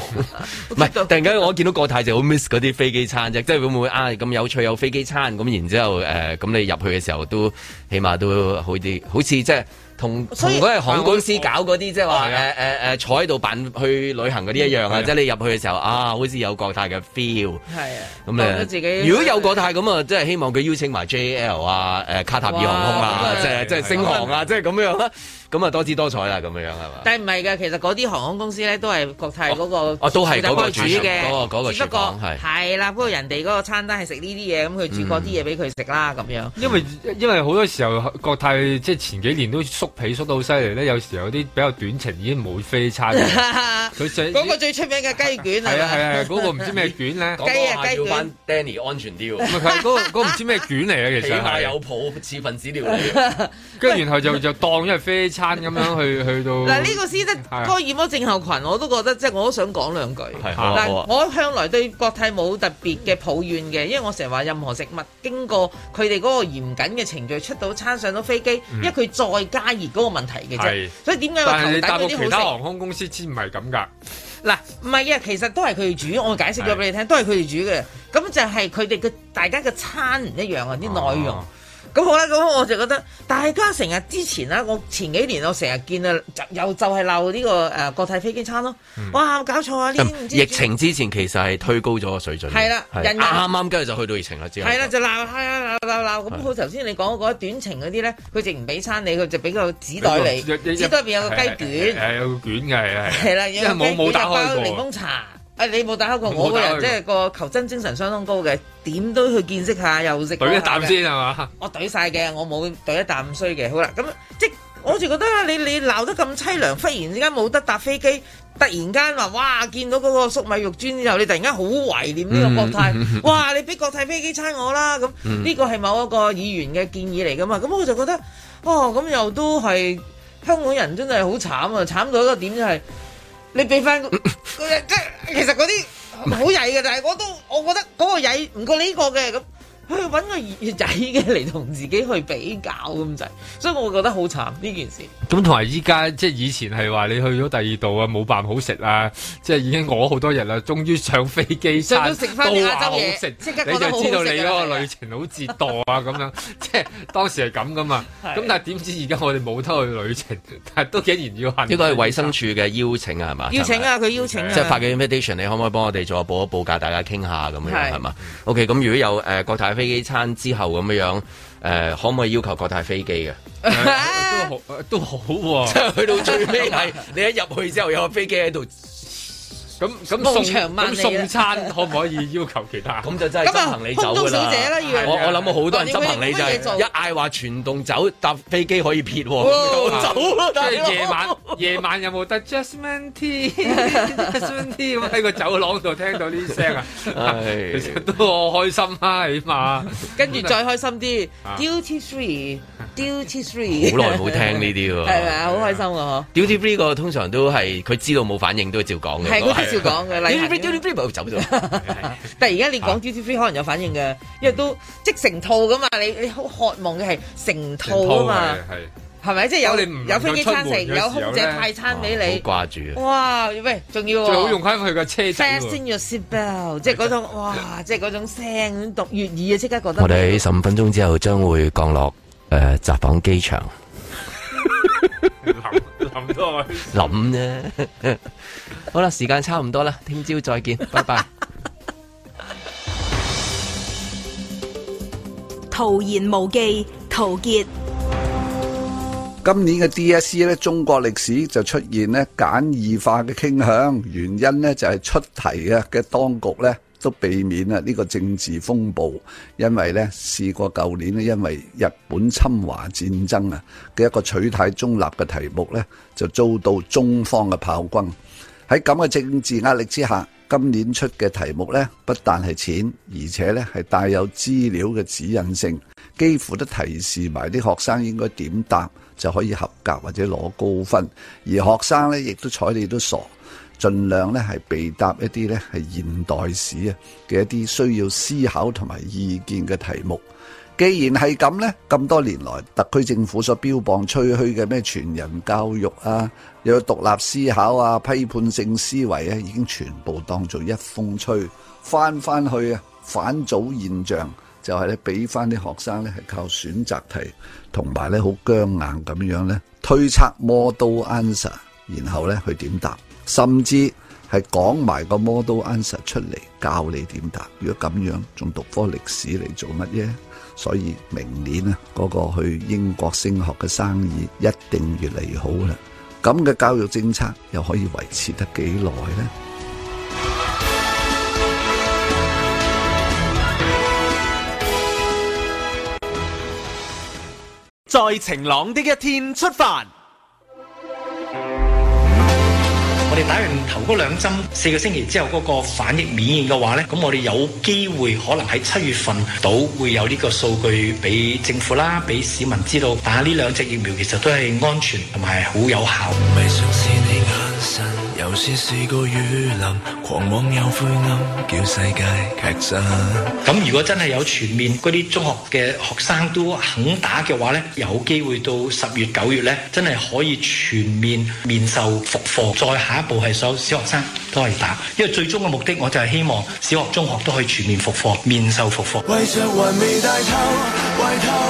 唔
知
係，
道
突然間我見到國泰就好 miss 嗰啲飛機餐啫，即係會唔會啊咁有趣有飛機餐咁，然之後誒咁、你入去嘅時候都起碼都好啲，好似即係。同同
所以
嗰啲航空公司搞嗰啲，即係話
係
誒
啊
誒誒坐喺度扮去旅行嗰啲一樣
係
啊！
啊
即係你入去嘅時候啊，好似有國泰嘅 feel。
係啊，
咁
當咗
咧，
自己
如果有國泰咁啊，即係希望佢邀請埋 JL 啊、誒卡塔爾航空啊
哇，
即係即係星航啊，即係咁樣啦。咁啊多姿多彩啦，咁樣樣係嘛？
但係唔係㗎，其實嗰啲航空公司咧都係國泰嗰個
啊哦都係嗰個
主
主廚
嘅，
嗰個嗰個
只不
廚
過
房係
係啦，不過人哋嗰個餐單係食呢啲嘢，咁佢煮嗰啲嘢俾佢食啦，咁樣
嗯
因為因為好多時候國泰即係前幾年都縮皮縮到好犀利咧，有時候有啲比較短程已經冇飛 餐嘅，佢就
嗰個最出名嘅雞卷
係啊係啊，
係
係啊嗰個唔知咩卷 咧，
雞啊雞卷
講講下要翻 Danny 安全啲喎，
唔係佢嗰個嗰個唔知咩卷嚟嘅，
起
其實
碼
係
有，抱似份子料理。
跟住然後就就當咗係飛餐咁樣去去到
嗱呢個先得
啊
哥爾摩症候群，我都覺得即係我都想講兩句。
係好啊
嗱
好啊，
我向來對國泰冇特別嘅抱怨嘅，因為我成日話任何食物經過佢哋嗰個嚴謹嘅程序出到餐上到飛機，因為佢再加熱嗰個問題嘅啫
嗯係。
所以點解話
但係
頭等
你搭
嗰
過其
啲
他
好
航空公司先唔係咁㗎，
食？嗱，唔係啊，其實都係佢哋煮，我解釋咗俾你聽，都係佢哋煮嘅。咁就係佢哋嘅大家嘅餐唔一樣啊，啲內容
哦。
咁好啦，咁我就覺得大家成日之前啦，我前幾年我成日見啊，就又就係鬧呢個誒國泰飛機餐咯，哇搞錯啊！呢啲唔知
嗯疫情之前其實係推高咗個水準嘅，
係啦
係啊
人人
啱啱跟住就去到疫情啦，之後
係啦，就鬧係啊鬧鬧鬧咁。好頭先你講嗰短程嗰啲咧，佢直唔俾餐你，佢就俾個紙袋你，紙袋入邊有個雞卷，
係有個卷嘅係係
係啦，有
因為
個雞
冇冇打
卷有
開
包檸
過
檬。茶。啊！你冇打開過
冇
我個
打開
人，
過
即係個求真精神相當高嘅，點都去見識下，又食
懟一啖
下嘅
先係嘛？
我懟晒嘅，我冇懟一啖衰嘅。好啦，咁即我就覺得啊你你鬧得咁凄涼，忽然之間冇得搭飛機，突然間話哇見到嗰個粟米肉磚之後，你突然間好懷念呢個國 泰，哇啊你俾國泰飛機餐我啦咁，
嗯
呢個係某一個議員嘅建議嚟噶嘛，咁我就覺得哦咁又都係香港人真係好慘啊，慘到一個點就係、你俾翻 嗰隻即係其實嗰啲好曳嘅，但係我都我覺得嗰個曳唔過呢個嘅咁，去揾個曳嘅嚟同自己去比較咁滯，所以我覺得好慘呢件事。
啊
咁同埋依家即係以前係話你去咗第二度啊，冇辦好食啊，即係已經餓好多日啦，終於上飛機
上
餐
到食返啲
都話
亞洲
好
嘢
食，
即刻
你
覺得好
就
好
知道你
食啊
嗰個旅程好折墮啊咁樣， 即係當時係咁噶嘛。
係
咁但係點知而家我哋冇得去旅程， 但係都竟然要行。
呢個係衛生署嘅邀請啊，係嘛？
邀請啊，佢邀請啊，
即係發嘅 invitation，你可唔可以幫我哋再報一報價，大家傾下咁樣
係
係嘛？OK，咁如果有誒、呃、國泰飛機餐之後咁樣樣，誒、可唔可以要求國泰飛機嘅？
都好都好喎，
即係去到 最尾係你一入去之後有個飛機喺度，
咁咁
望
送
長萬
啊
咁
里啦
送餐可唔可以要求其他？
咁就真係執行李走㗎
咁啊空中小姐啦
啦
要。
我我諗好多人執行
你
李就
會
係
做
一嗌話全棟走，搭飛機可以撇喎，
哇
走
啊
咯，大
哦即
佬
係夜晚夜晚有冇得 Jasmine tea？Jasmine tea 咁喺個走廊度聽到呢啲聲啊！
唉
其實都好開心啊，起碼
跟住再開心啲
啊
，Duty Three，Duty Three，
好耐冇聽呢啲喎
係咪啊？好開心啊！
Duty Free 個通常都係佢知道冇反應都會照講嘅，
係佢都照講嘅例
Duty
行
Free Duty Free 咪走咗。
嗬 但係而家你講 Duty Free 可能有反應嘅，因為都即成套噶嘛，你你好渴望嘅係成套啊嘛，
係
係咪？即係有
我哋唔
有飛機餐
能
食，
夠出門嘅時
有
候
空姐派餐俾你。
好掛住啊！
哇！喂，仲要喎
最好用翻佢個車
Fasten
仔喎。
your seat belt，即係嗰種哇，即係嗰種聲讀粵語啊，即刻覺得
我哋喺十五分鐘之後將會降落誒札幌機場，
諗諗到我
諗啫。 好啦，時間差唔多啦，聽朝再 見，拜拜。
徒言無忌，陶傑。
今年嘅 DSE 咧，中國歷史就出現咧簡易化嘅傾向，原因咧就係出題啊嘅當局咧都避免啊呢個政治風暴，因為咧試過舊年咧，因為日本侵華戰爭啊嘅一個取態中立嘅題目咧，就遭到中方嘅炮轟。喺咁嘅政治壓力之下，今年出嘅題目呢，不但係淺，而且呢係帶有資料嘅指引性，幾乎都提示埋啲學生應該點答就可以合格或者攞高分。而學生呢，亦都睬你都傻，盡量呢係避答一啲呢係現代史啊嘅一啲需要思考同埋意見嘅題目。既然係咁呢，咁多年來特區政府所標榜吹噓嘅咩全人教育啊，又有獨立思考啊、批判性思維啊，已經全部當做一風吹，翻翻去啊反祖現象，就係咧俾翻啲學生咧係靠選擇題，同埋咧好僵硬咁樣咧推測 model answer，然後咧去點答，甚至係講埋個 model answer 出嚟教你點答。如果咁樣，仲讀科歷史嚟做乜嘢？所以明年啊，嗰、個去英國升學嘅生意一定越嚟越好啦。咁嘅教育政策又可以維持得幾耐呢？
在晴朗的一天出發。
我哋打完頭嗰兩針四個星期之後嗰個反應免疫嘅話呢，咁我哋有機會可能喺七月份到會有呢個數據俾政府啦，俾市民知道打呢兩隻疫苗其實都係安全同埋好有效。
未想是你眼神，又是是個雨林，狂妄又灰暗，叫世界劇震。
咁如果真係有全面嗰啲中學嘅學生都肯打嘅話呢，有機會到十月九月呢，真係可以全面面授復課。再下一步係所有小學生都可以打，因為最終嘅目的我就係希望小學、中學都可以全面復課、面授復課。
為着還未大透，壞透，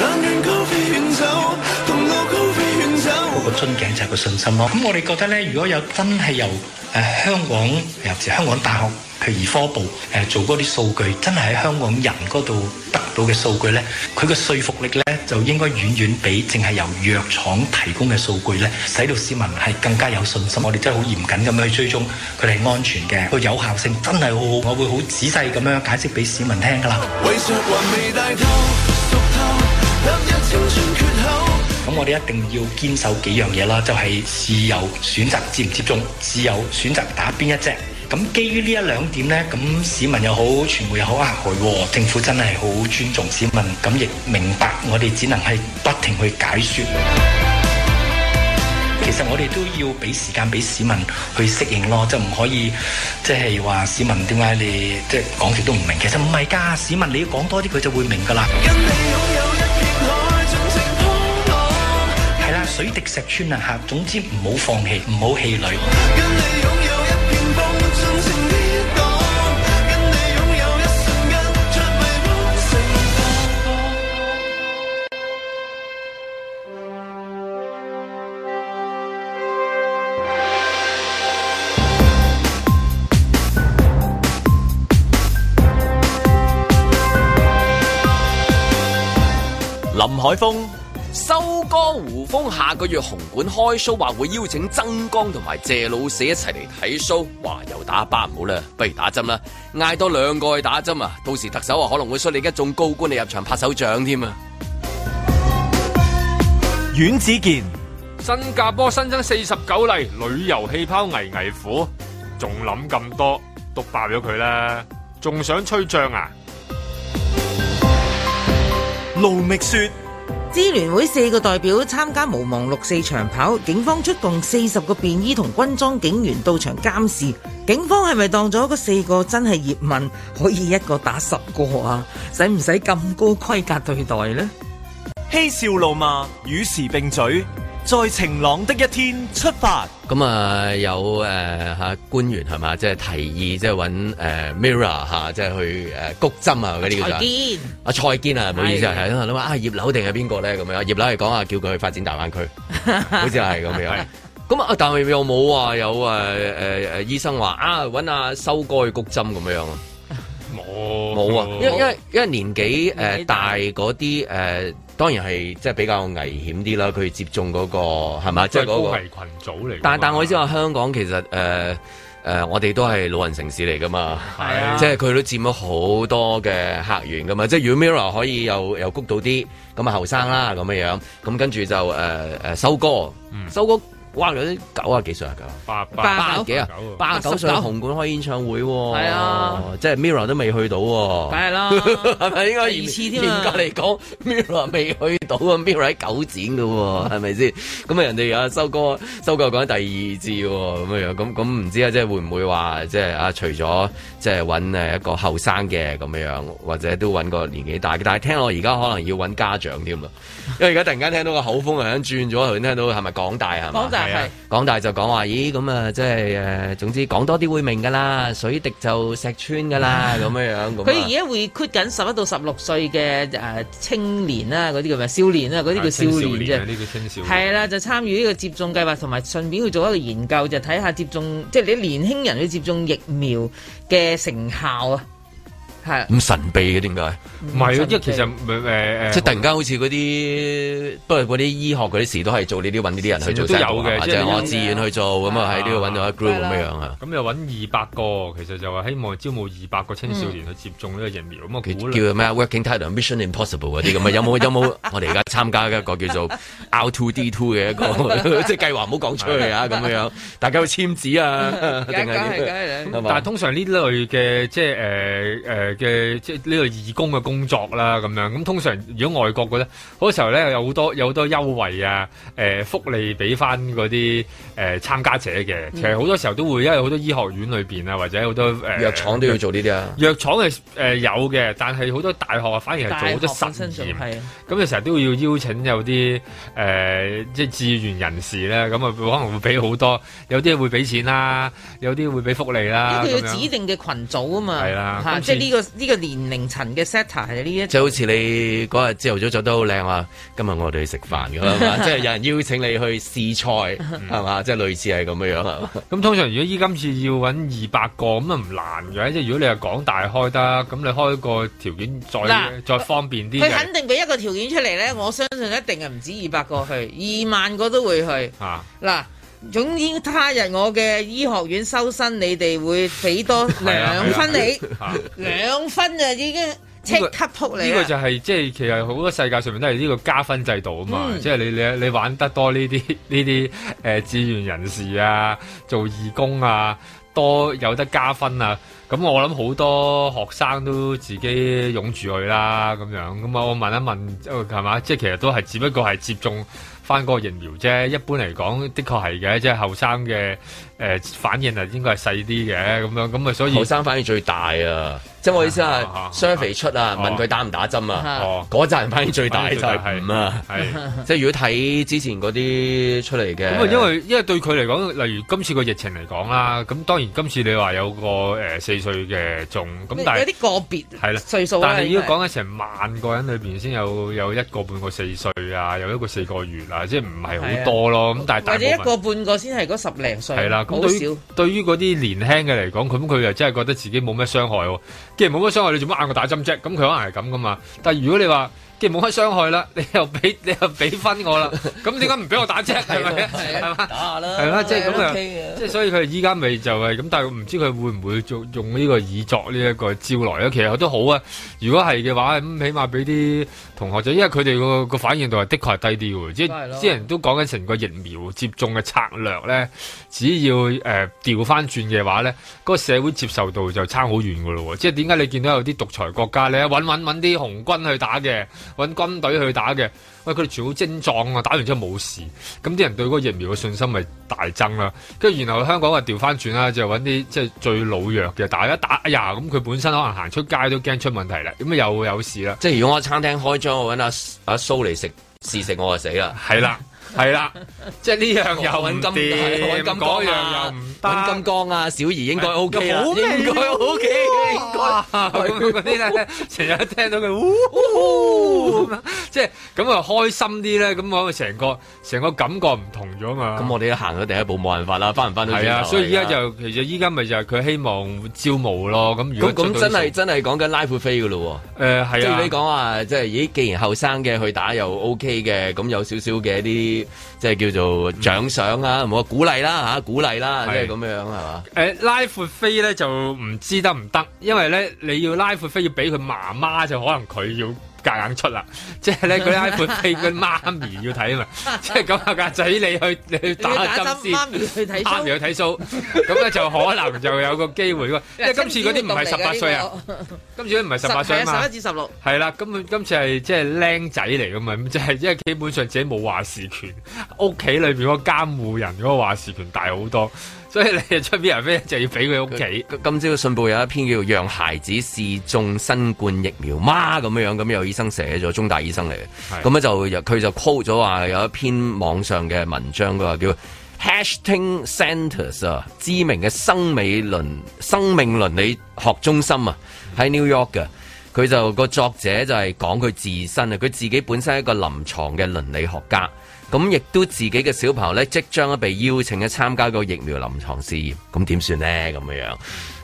冷暖高飛遠走，同路高飛遠走。
個樽頸就係個信心咯。咁我哋覺得咧，如果有真係由誒、呃香港，尤其是香港大學譬如兒科部誒、呃做嗰啲數據，真係喺香港人嗰度得到嘅數據咧，佢嘅說服力咧就應該遠遠比淨係由藥廠提供嘅數據咧，使到市民係更加有信心。我哋真係好嚴謹咁樣去追蹤佢哋係安全嘅，佢有效性真係好好，我會好仔細咁樣解釋俾市民聽㗎啦。
為着還未大透，熟透，得一青春缺口。
咁我哋一定要堅守幾樣嘢啦，就係、自由選擇接唔接種，自由選擇打邊一隻。咁基於呢一兩點呢，咁市民又好，傳媒又好啊，係喎，政府真係好尊重市民，咁亦明白我哋只能係不停去解説。其實我哋都要俾時間俾市民去適應咯，就唔可以即係話市民點解你即係講極都唔明。其實唔係㗎，市民你要講多啲佢就會明㗎啦。係啦，水滴石穿啊嚇，總之唔好放棄，唔好氣餒。
林海峰收歌胡風下個月紅館開 show，話會邀請曾江同埋謝老四一齊嚟睇 show，話又打巴唔好啦，不如打針啦，嗌多兩個去打針啊！到時特首啊可能會率你一眾高官嚟入場拍手掌添啊！
阮子健、
新加坡新增四十九例旅遊氣泡危危苦，仲諗咁多，督爆咗佢啦！仲想吹脹啊？
盧觅雪。
支聯會四個代表參加無望六四長跑，警方出動四十個便衣同軍裝警員到場監視。警方係咪當咗嗰四個真係葉問，可以一個打十個啊？使唔使咁高規格對待呢？
嬉笑怒罵，與時並舉，在晴朗的一天出發。
咁啊有誒嚇、官員係嘛，即係提議即係揾誒 Mirror 嚇、即係去誒谷針啊嗰啲叫做
蔡堅
阿蔡堅啊，唔好意思啊，
係
係諗下啊葉劉定係邊個咧咁樣？葉劉係講啊叫佢去發展大灣 區，好似係咁啊樣。咁啊，但係又冇話有誒誒誒醫生話啊揾阿修哥去谷針咁樣啊。冇啊，
哦
因為因為因為年紀誒、呃大嗰啲誒，當然係即係比較危險啲啦。佢接種嗰、個係嘛，即係嗰
高
個
危。群組嚟㗎嘛。
但但我意思話香港其實誒。呃誒、我哋都係老人城市嚟噶嘛，
啊
即係佢都佔咗好多嘅客源噶嘛，即係如果 Mirror 可以又又谷到啲咁啊後生啦咁樣樣，咁跟住就呃誒誒收歌，收歌哇有啲九啊幾歲啊九啊
嗯八
八十幾啊八十九歲
八十九
紅館開演唱會喎，
係啊，
即係 Mirror 都未去到喎，
梗係 啦
係咪應該
第二
嚴
次添啊
嚴格嚟講，Mirror 未去到啊，Mirror 喺九展噶喎，係咪先？咁啊人哋啊收歌收歌講第二支喎，咁樣樣咁咁唔知啊，即係會唔會話即係啊？除咗即係揾誒一個後生嘅咁樣樣，或者都揾個年紀大嘅，但係聽落而家可能要揾家長添啦，因為而家突然間聽到個口風係咁轉咗，頭先聽到係咪港大係嘛？
港大係係
港大就講話，咦咁啊，即係誒，總之講多啲會明㗎啦，水滴就石穿㗎啦，咁樣樣咁啊。
佢而家會 quit 緊十一到十六歲嘅誒青年啦，嗰啲叫咩少年啊啦，嗰
啊
啲叫少年啫。
呢個青少年
係啦，就參與呢個接種計劃，同埋順便去做一個研究，就睇下接種，即係你年輕人去接種疫苗嘅成效啊。係
咁神秘嘅點解？
唔係啊，因為其實呃誒誒
即係突然間好似嗰啲，不過嗰啲醫學嗰啲事都係做呢啲揾呢啲人去做
都有
sample 係
嘅
嘛，
即係
即係
有
我
嘅
自願去做，咁啊喺呢度揾到一 group 咁樣樣啊。
咁又揾二百個，其實就話希望招募二百個青少年去接種呢個疫苗。咁我
叫
估
叫咩啊？Working Title Mission Impossible 嗰啲咁啊，有冇 有冇？我哋而家參加嘅一個叫做 Out to D Two 嘅 一個 即係計劃，唔好講出去啊咁樣樣，大家去簽字啊，定係點係嘛
但係通常呢類嘅即係誒誒嘅即係呢類義工嘅工作啦，咁樣咁通常如果外國嘅咧，好多時候咧有好多有好多優惠啊，誒、福利俾翻嗰啲誒參加者
嗯
嘅。其實好多時候都會，因為好多醫學院裏邊啊，或者好多誒、
藥廠都要做呢啲啊。
藥廠係誒有嘅，但係好多大學啊反而係做好多
大學
實
本身
驗
就係，
咁你成日都要邀請有啲誒、呃即係志願人士咧，咁啊可能會俾好多，有啲會俾錢啦，有啲會俾福利
因
啦，
為佢
咁
要
樣
指定嘅群組啊嘛，
係啦
嚇
今次
即係呢個呢個年齡層嘅 set 係呢一
就好似你嗰日朝頭早做得好靚啊！今日我哋去食飯㗎啦係嘛，即係有人邀請你去試菜 係嘛，即係類似係咁樣樣啊係嘛。
咁通常如果依今次要揾二百個咁啊唔難嘅，即係如果你係港大開得，咁你開個條件再
嗱
再方便啲
佢
嘅
肯定俾一個條件出嚟咧，我相信一定係唔止二百個去，二萬個都會去。
啊。
嗱，總之他日我嘅醫學院收生，你哋會俾多
係啊
兩分你，
係啊
兩分就已經即刻撲你啊
呢個就
啦。
係即係其實好多世界上面都係呢個加分制度啊嘛，
嗯
即係你你你玩得多呢啲 呢啲誒志願人士啊，做義工啊，多有得加分啊。咁我諗好多學生都自己湧住佢啦，咁樣咁啊，我問一問呃係嘛，即係其實都係只不過係接種翻個疫苗啫。一般嚟講，的確係嘅，即係後生嘅誒反啊應係應該係細啲嘅咁樣，咁啊所以
後生反應最大啊！即係我意思係 survey 出啊，問佢打唔打針啊
哦，
嗰陣反應最大就係唔啊
反應最大係係，
即係如果睇之前嗰啲出嚟嘅，
呃
咁啊，因為因為對佢嚟講，例如今次個疫情嚟講啦，咁當然今次你話有個誒四歲嘅中，咁但
有
係
啲啊個別
係啦，
歲數啦
但係如
應該
果講緊成萬個人裏邊先有有一個半個四歲啊，有一個四個月啊，即係唔係好多咯。咁但係大
啊或者一
部
個
分
半個先係嗰十零歲，
係啦，咁
好
對
少
於。對於嗰啲年輕嘅嚟講，咁佢又真係覺得自己冇咩傷害喎。既然冇乜傷害，你做乜嗌我打針啫？咁佢可能係咁噶嘛。但係如果你話既然冇乜傷害啦，你又俾你又俾分我啦，咁點解唔俾我打啫？係 咪啊？係嘛？
打下啦
係啦，即係咁啊，
OK 嘅
即係所以佢依家咪就係咁，但係唔知佢會唔會做用呢個以作呢一個招來咧？其實都好啊，如果係嘅話，咁起碼俾啲同學仔，因為佢哋個個反應度係的確係低啲嘅喎，即
梗係
係
咯
之前都講緊成個疫苗接種嘅策略咧，只要誒調翻轉嘅話咧，嗰個社會接受度就差好遠嘅咯喎，即係點解你見到有啲獨裁國家咧，揾揾揾啲紅軍去打嘅，揾軍隊去打嘅，喂佢哋全部精壯啊，打完之後冇事，咁啲人對嗰個疫苗嘅信心咪大增啦。跟住然後香港話調翻轉啦，就揾啲即係最老弱嘅打一打，哎呀咁佢本身可能行出街都驚出問題啦，咁又有事啦。
即係如果我餐廳開張，我揾阿阿蘇嚟食試食，我就死啦。
係啦，係啦， 即係呢樣又
揾
唔
金
掂
揾金剛
嗰樣又
啊
唔，
揾金剛啊，小儀應該 OK 啦，
哎好味
應該 OK，應該哦
啊 咁樣嗰啲咧，成日聽到佢 呜呼咁樣，即係咁啊開心啲咧，咁我成個成個感覺唔同咗嘛。
咁我哋都行咗第一步，冇辦法啦，翻唔翻到
哦係啊，
轉頭
所以依家
係啊
就其實依家咪就係佢希望招募咯。咁如
咁
果
咁真係
係
真係講緊拉闊飛噶咯喎。
誒係
即係
啊
你。講話，即係咦，既然後生嘅去打又 OK 嘅，咁有少少嘅啲即係叫做獎賞啊，唔好話鼓勵啦嚇，鼓勵啦，即係
嗯係
咁樣係嘛？
誒、拉闊飛咧就唔知得唔得，因為咧你要拉闊飛要俾佢媽媽就可能佢要夾硬出啦，即係咧佢拉闊飛佢媽咪要睇啊嘛， 即係咁啊架仔你去你去打
你要打
針
針
先，
媽咪去睇 show
媽咪去睇 show，咁咧就可能就有個 機會喎，因為今次嗰啲唔係十八歲啊，今次嗰啲唔係十八歲啊嘛
十一。至十六。
係啦，根本今次係即係僆仔嚟噶嘛，咁即係因為基本上自己冇話事權，屋企裏邊嗰個監護人嗰個話事權大好多，所以你出邊人咩就要俾佢屋企。
今朝信報有一篇叫《讓孩子試種新冠疫苗嗎》咁樣樣，咁有醫生寫咗，中大醫生嚟嘅，
係
咁咧就有佢就 quote 咗話有一篇網上嘅文章，佢話叫 Hashing Centers 啊，知名嘅生美倫生命倫理學中心啊，喺 New York 嘅。佢就個作者就係講佢自身啊，佢自己本身係一個臨床嘅倫理學家，咁亦都自己嘅小朋友咧，即將被邀請咧參加個疫苗臨床試驗，咁點算呢？咁樣樣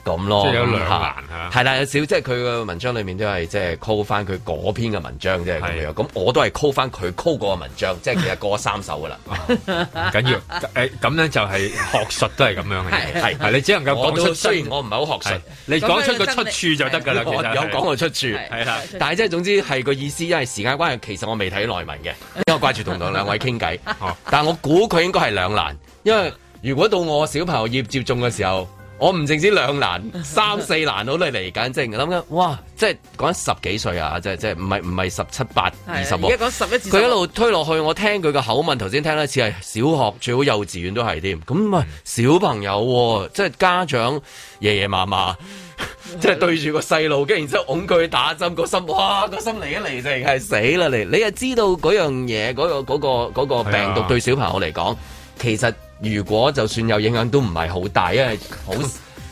咁咯，
即係有兩難
嚇
嚇
係啦，有少即係佢嘅文章裏面都係即係 call 翻佢嗰篇嘅文章啫，咁樣咁我都係 call 翻佢 call 嗰個文章，即係其實過咗三首噶啦，
哦唔緊要，誒咁樣就係學術都係咁樣嘅，
係
係你只能夠
我
講
都
出
雖
真
然，我唔係好學術
係。你講出個出處就得㗎啦。其
我
實
有
係
講過出處，係
啦
但係即係總之係個意思，因為時間關係，其實我未睇內文嘅，因為我掛住同兩位 傾偈。
哦
但係我估佢應該係兩難，因為如果到我小朋友要接種嘅時候，我唔淨止 兩難，三四難我都係嚟緊，即係諗緊，哇！即係講緊十幾歲啊，即係即係唔係唔係十啊七八二十喎
而家講11至16
佢一路推落去，我聽佢個口吻，頭先聽得似係小學，最好幼稚園都係添。咁啊，小朋友喎、即係家長爺爺嫲 嫲。即係對住個細路，跟住然之後擁佢打針，個心哇個心嚟一嚟就係死啦你！你又知道嗰樣嘢，嗰、個嗰、個嗰個病毒對 小朋友嚟講，其實如果就算有影響都唔係好大，因為好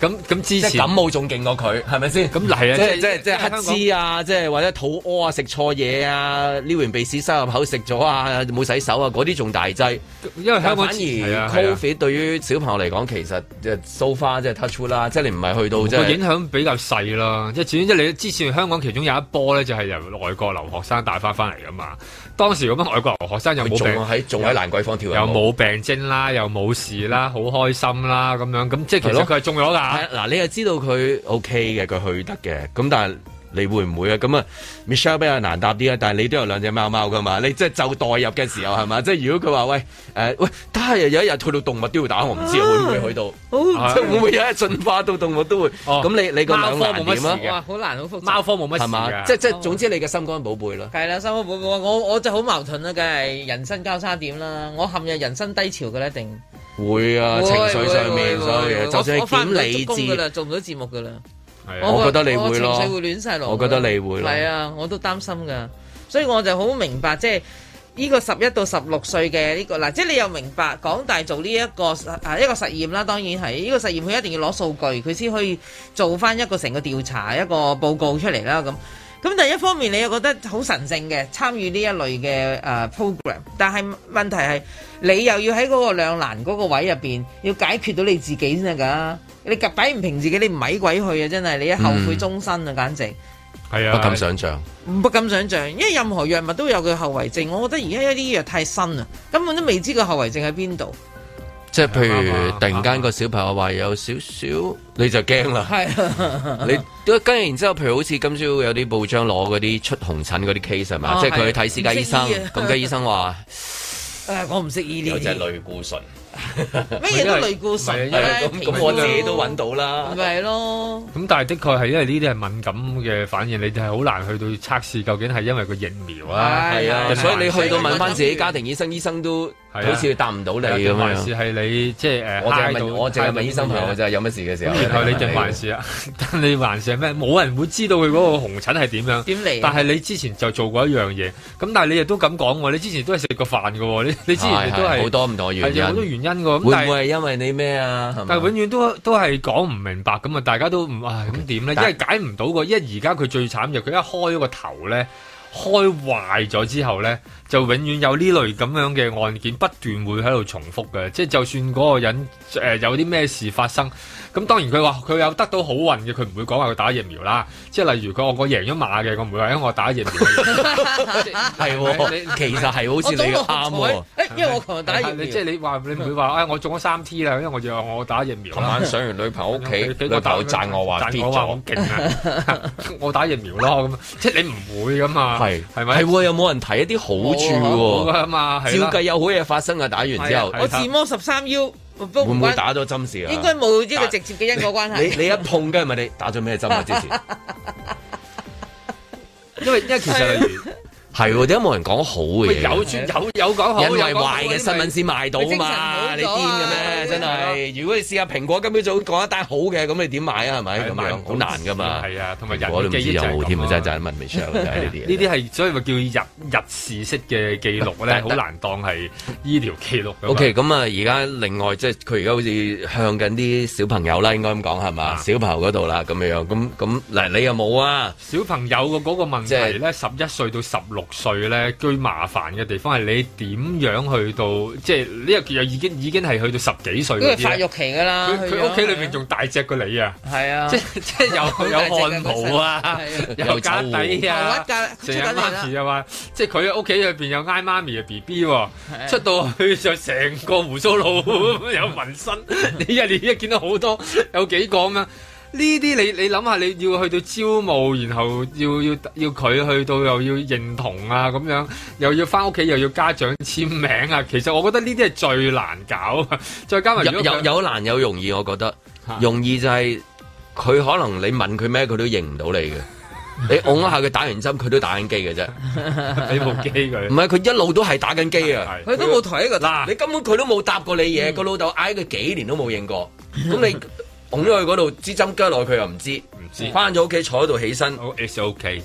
咁咁之
即係
前
感冒仲勁過佢，係咪先？
咁係啊，
即係即係即
香港
係乞嗤啊，即係或者肚屙啊，食錯嘢啊，撩完鼻屎塞入口食咗啊，冇洗手啊，嗰啲仲大劑。
因為香港
反而
係啊係啊
Covid 對於小朋友嚟講，其實即係 so far 即係 touch wood 啦，即係你唔係去到即
個
係
影。響比較細啦，即係始終即係你之前香港其中有一波咧，就係由外國留學生帶翻翻嚟噶嘛。當時咁樣外國留學生又冇
仲
病
喺仲喺蘭桂坊跳
又冇病徵啦，又冇事啦，好開心啦咁樣。咁即係其實佢係中咗㗎。
嗱，你又知道佢 OK 嘅，佢去得嘅。咁但係你會唔會啊？咁啊，Michelle 比較難答啲啊。但係你都有兩隻貓貓噶嘛？你即係就代入嘅時候係嘛？即係如果佢話喂誒、呃喂，但係有一日去到動物都要打，我唔知啊會唔會去到？
好
即係會唔會有一日進化到動物都會？咁、你你個兩難點
哇，
啊？
好難好複雜。
貓科冇
乜事㗎哦
係嘛？即係即係總之你嘅心肝寶貝啦。
係啦，生活寶寶，我我就好矛盾啦，梗係人生交叉點啦，我陷入人生低潮嘅啦，一定。
會啊，
會
情緒上面
會會
所有
會
嘢，就算
我我返唔到
係
足
檢
工
理
㗎
智。
啦，做唔到節目噶啦。
啊我覺得你會咯
我情緒會亂晒落。
我覺得你會咯
係啊，我都擔心噶，所以我就好明白即係。呢個十一到十六歲嘅呢個嗱，即係你又明白港大做呢、一個啊一個實驗啦，當然係呢、個實驗，佢一定要攞數據，佢先可以做翻一個成個調查一個報告出嚟啦咁。咁但係一方面你又覺得好神聖嘅參與呢一類嘅誒、呃 program，但係問題係你又要喺嗰個兩難嗰個位入邊要解決到你自己先得㗎，你夾擺唔平自己，你唔咪鬼去啊！真係你一後悔終身啊，簡直〜
係
啊，不敢想象。
不敢想象，因為任何藥物都有佢後遺症。我覺得而家有啲藥太新啦，根本都未知個後遺症喺邊度。
即係譬
啱
如
啊
突然間個小朋友話有少少，你就驚 啦。
係啊
你都跟住然之後，譬如好似今朝有啲報章攞嗰啲出紅疹嗰啲 case 係嘛，
哦
即係佢
係啊
去睇私家醫生，
唔識醫啊
咁嘅醫生話
誒，哎我唔識呢啲。
有隻類固醇，
乜嘢都類固醇
係
啦
啊，咁咁我自己都揾到啦。
咪係咯，
咁但係的確係因為呢啲係敏感嘅反應，你哋係好難去到測試究竟係因為個疫苗啊，
係啊，
定
所以你
還是
去到問翻自己家庭醫生，醫生都
係啊
好似答唔到你咁
定還
樣
是。係你即係誒，
我淨係
嗨到
問我淨係問醫生朋友就係有乜事嘅時候
咁然後你定還是啊？ 但你還是係咩？冇人會知道佢嗰個紅疹係點樣。
點嚟啊
但係你之前就做過一樣嘢，咁但係你亦都咁講喎，你之前都係食過飯嘅喎，你你之前亦都
係
係
係好多唔同原因
係好多原因㗎。咁
會
但
唔
係
會係因為你咩啊？係嘛
但係永遠都都係講唔明白咁啊！大家都唔唉咁點咧？因
但
為解唔到個，因為而家佢最慘就佢一開個頭咧，開壞咗之後咧，就永遠有呢類咁樣嘅案件不斷會喺度重複嘅。即係就算嗰個人誒、呃有啲咩事發生，咁當然佢話佢有得到好運嘅，佢唔會講話佢打疫苗啦。即係例如佢我我贏咗馬嘅，我唔會話因為我打疫苗。
係啊喎， 其實係好似你啱喎。
誒，哎因為我琴日打 疫苗嗯
係你即係你話你唔會話啊，我中咗三 T 啦，因為我就我打疫苗啦。
琴晚上完女朋 友屋企，女
我
朋友讚我話跌
我話好
咗。
勁 啊！我打疫苗咯，咁即係你唔會噶嘛？
係
係咪？
係喎，有冇人睇一啲好
冇
處
啊
喎？
冇啊嘛係啦
照計有好嘢發生啊！打完之後，
我自摸十三腰，不過
會唔會
關
打咗針事啊？
應該冇呢個直接嘅因果關
你
係。
你一碰跟住咪你打咗咩針啊？ 之前
因為因為其實例如
係喎，點解冇人講好嘅
喂
嘢？
有有有講好，
因為
有講好
壞嘅新聞先賣到
你精神好
嘛，你
咗
癲
啊
嘅咩？真係，如果你試下蘋果今朝早講一單好嘅，咁你點買啊？係咪咁
買唔
樣
到
好難噶嘛？
係啊同埋人
我都唔
嘅
知
記憶
有冇添
就係咁啊
啊！真係真係問 Michelle 真係呢啲嘢
呢啲係所以咪叫日日事式嘅記錄咧，
但
好難當係醫療記錄㗎嘛。
O K，咁啊，而家另外即係佢而家好似向緊啲小朋友啦，應該咁講係嘛？小朋友嗰度啦，咁樣樣，咁咁嗱，你又冇啊？
小朋友嘅嗰個問題咧，十一歲到十六歲咧，最麻煩嘅地方係你點樣去到，即係呢個又已經已經係去到十幾歲
因為
嗰啲
發
呢
育期㗎啦，
佢佢屋企裏邊仲大隻過你啊！
係啊，
即即有有汗毛啊，有家底啊，成日媽咪又話，即係佢屋企入邊有挨媽咪嘅 B B 喎，出到去就成個胡鬚佬 咁有紋身，你一年一見到好多，有幾個咁樣。呢啲你你諗下，你要去到招募，然後要要要佢去到又要認同啊咁樣，又要翻屋企又要家長簽名啊。其實我覺得呢啲係最難搞，啊再加埋如
有
果
有有難有容易，我覺得容易就係佢可能你問佢咩，佢都認唔到 你嘅。你㧬一下佢打完針，佢都打緊機嘅啫。
你部機佢
唔係佢一路都係打緊機啊！
佢都冇抬一個
嗱，你根本佢都冇答過你嘢，個老豆嗌佢幾年都冇 應過。咁你拱咗去嗰度支針拮落去，佢又唔知，
知
翻咗屋企坐喺度起身
，It's OK。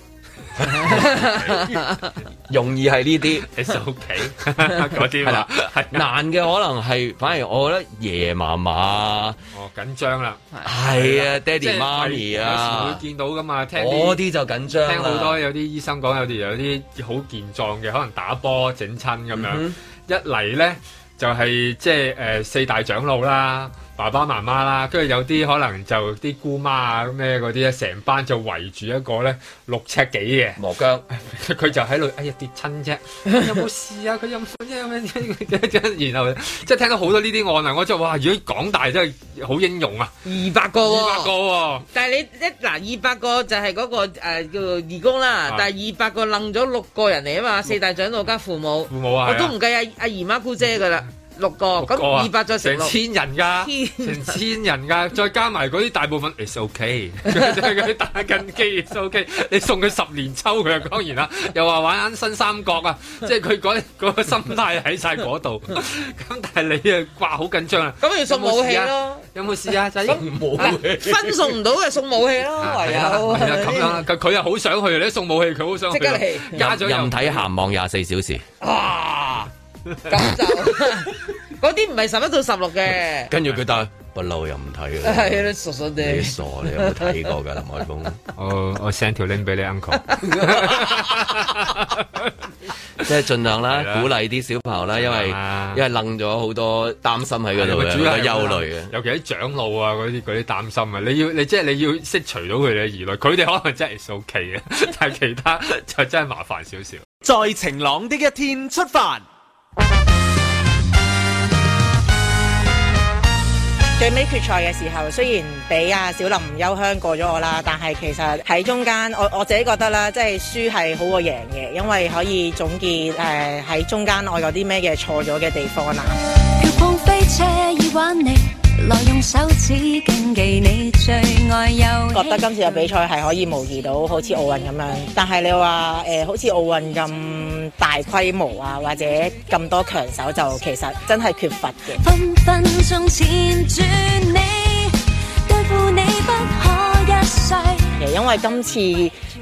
容易係呢啲
It's okay 嗰啲嘛
係啦
係啊，
難嘅可能係反而我覺得爺嫲嫲。
哦，緊張啦，
係啊爹哋
即係
媽咪
有時
啊
會見到噶嘛，聽
嗰啲就緊張啦
聽好多有啲醫生講，有啲有啲好健壯嘅，可能打波整親咁樣，
嗯
一嚟咧就係、即係誒、呃四大長老啦。爸爸媽媽啦，跟住有啲可能就啲姑媽啊咩嗰啲咧，成班就圍住一個咧六尺幾嘅
磨姜，
佢就喺度哎呀跌親啫， 有冇事啊？佢有冇啫？然後即係聽到好多呢啲案啊例，我就哇！如果港大真係好英勇啊，
二百個喎
二百個喎。
但係你一嗱二百個就係嗰、個、呃、叫做義工啦
啊，
但係二百個楞咗六個人嚟啊嘛，四大長老加父母，
父母啊
我
係啊
都唔計阿阿姨媽姑姐噶啦，六個，咁
個啊
二百再乘
成
六，
千人噶，
千
成千人噶，再加埋嗰啲大部分 is OK，嗰啲打緊機 is OK，你送佢十年抽佢啊，當然啦，又話玩新三角 啊，即係佢嗰嗰個心態喺晒嗰度，咁但係你啊，哇，好緊張啊，
咁要送武器咯，
有冇事啊？仔
冇
分送唔到嘅送武器咯，唯
係啊，係啊
有
咁樣啦，佢佢又好想去，你送武器佢好想去
即刻
啦，
嚟
家長又
任睇鹹網廿四小時，
啊，
嗰啲唔係十一到十六嘅，
跟住佢答不嬲 又唔睇嘅。
係啦，傻傻
你
哋。
傻，你有冇睇過㗎林海峰？
我我 send 條 link 俾你 uncle。
即係盡量啦
係，啦
鼓勵啲小朋友啦，因為
盡量啦
因為楞咗好多擔心喺嗰度嘅，
主要係啊
有憂慮嘅。，
尤其啲長老啊嗰啲嗰啲擔心啊，你要你即係你要釋除到佢哋嘅疑慮，佢哋可能真係 is OK 嘅， 但係其他就真係麻煩少少。
在晴朗的一天出發。
最尾決賽嘅時候，雖然俾阿小林唔憂香過咗我啦，但係其實喺中間，我我自己覺得啦，即係輸係好過贏嘅，因為可以總結誒喺、中間我有啲咩嘅錯咗嘅地方啦。
票碰飛車已玩你，來用手指競技你最愛遊
覺得今次嘅比賽係可以模擬到好似奧運咁樣，但係你話誒、呃好似奧運咁大規模啊，或者咁多強手就其實真係缺乏嘅。
分分鐘纏住你，對付你不可一世。
誒，因為今次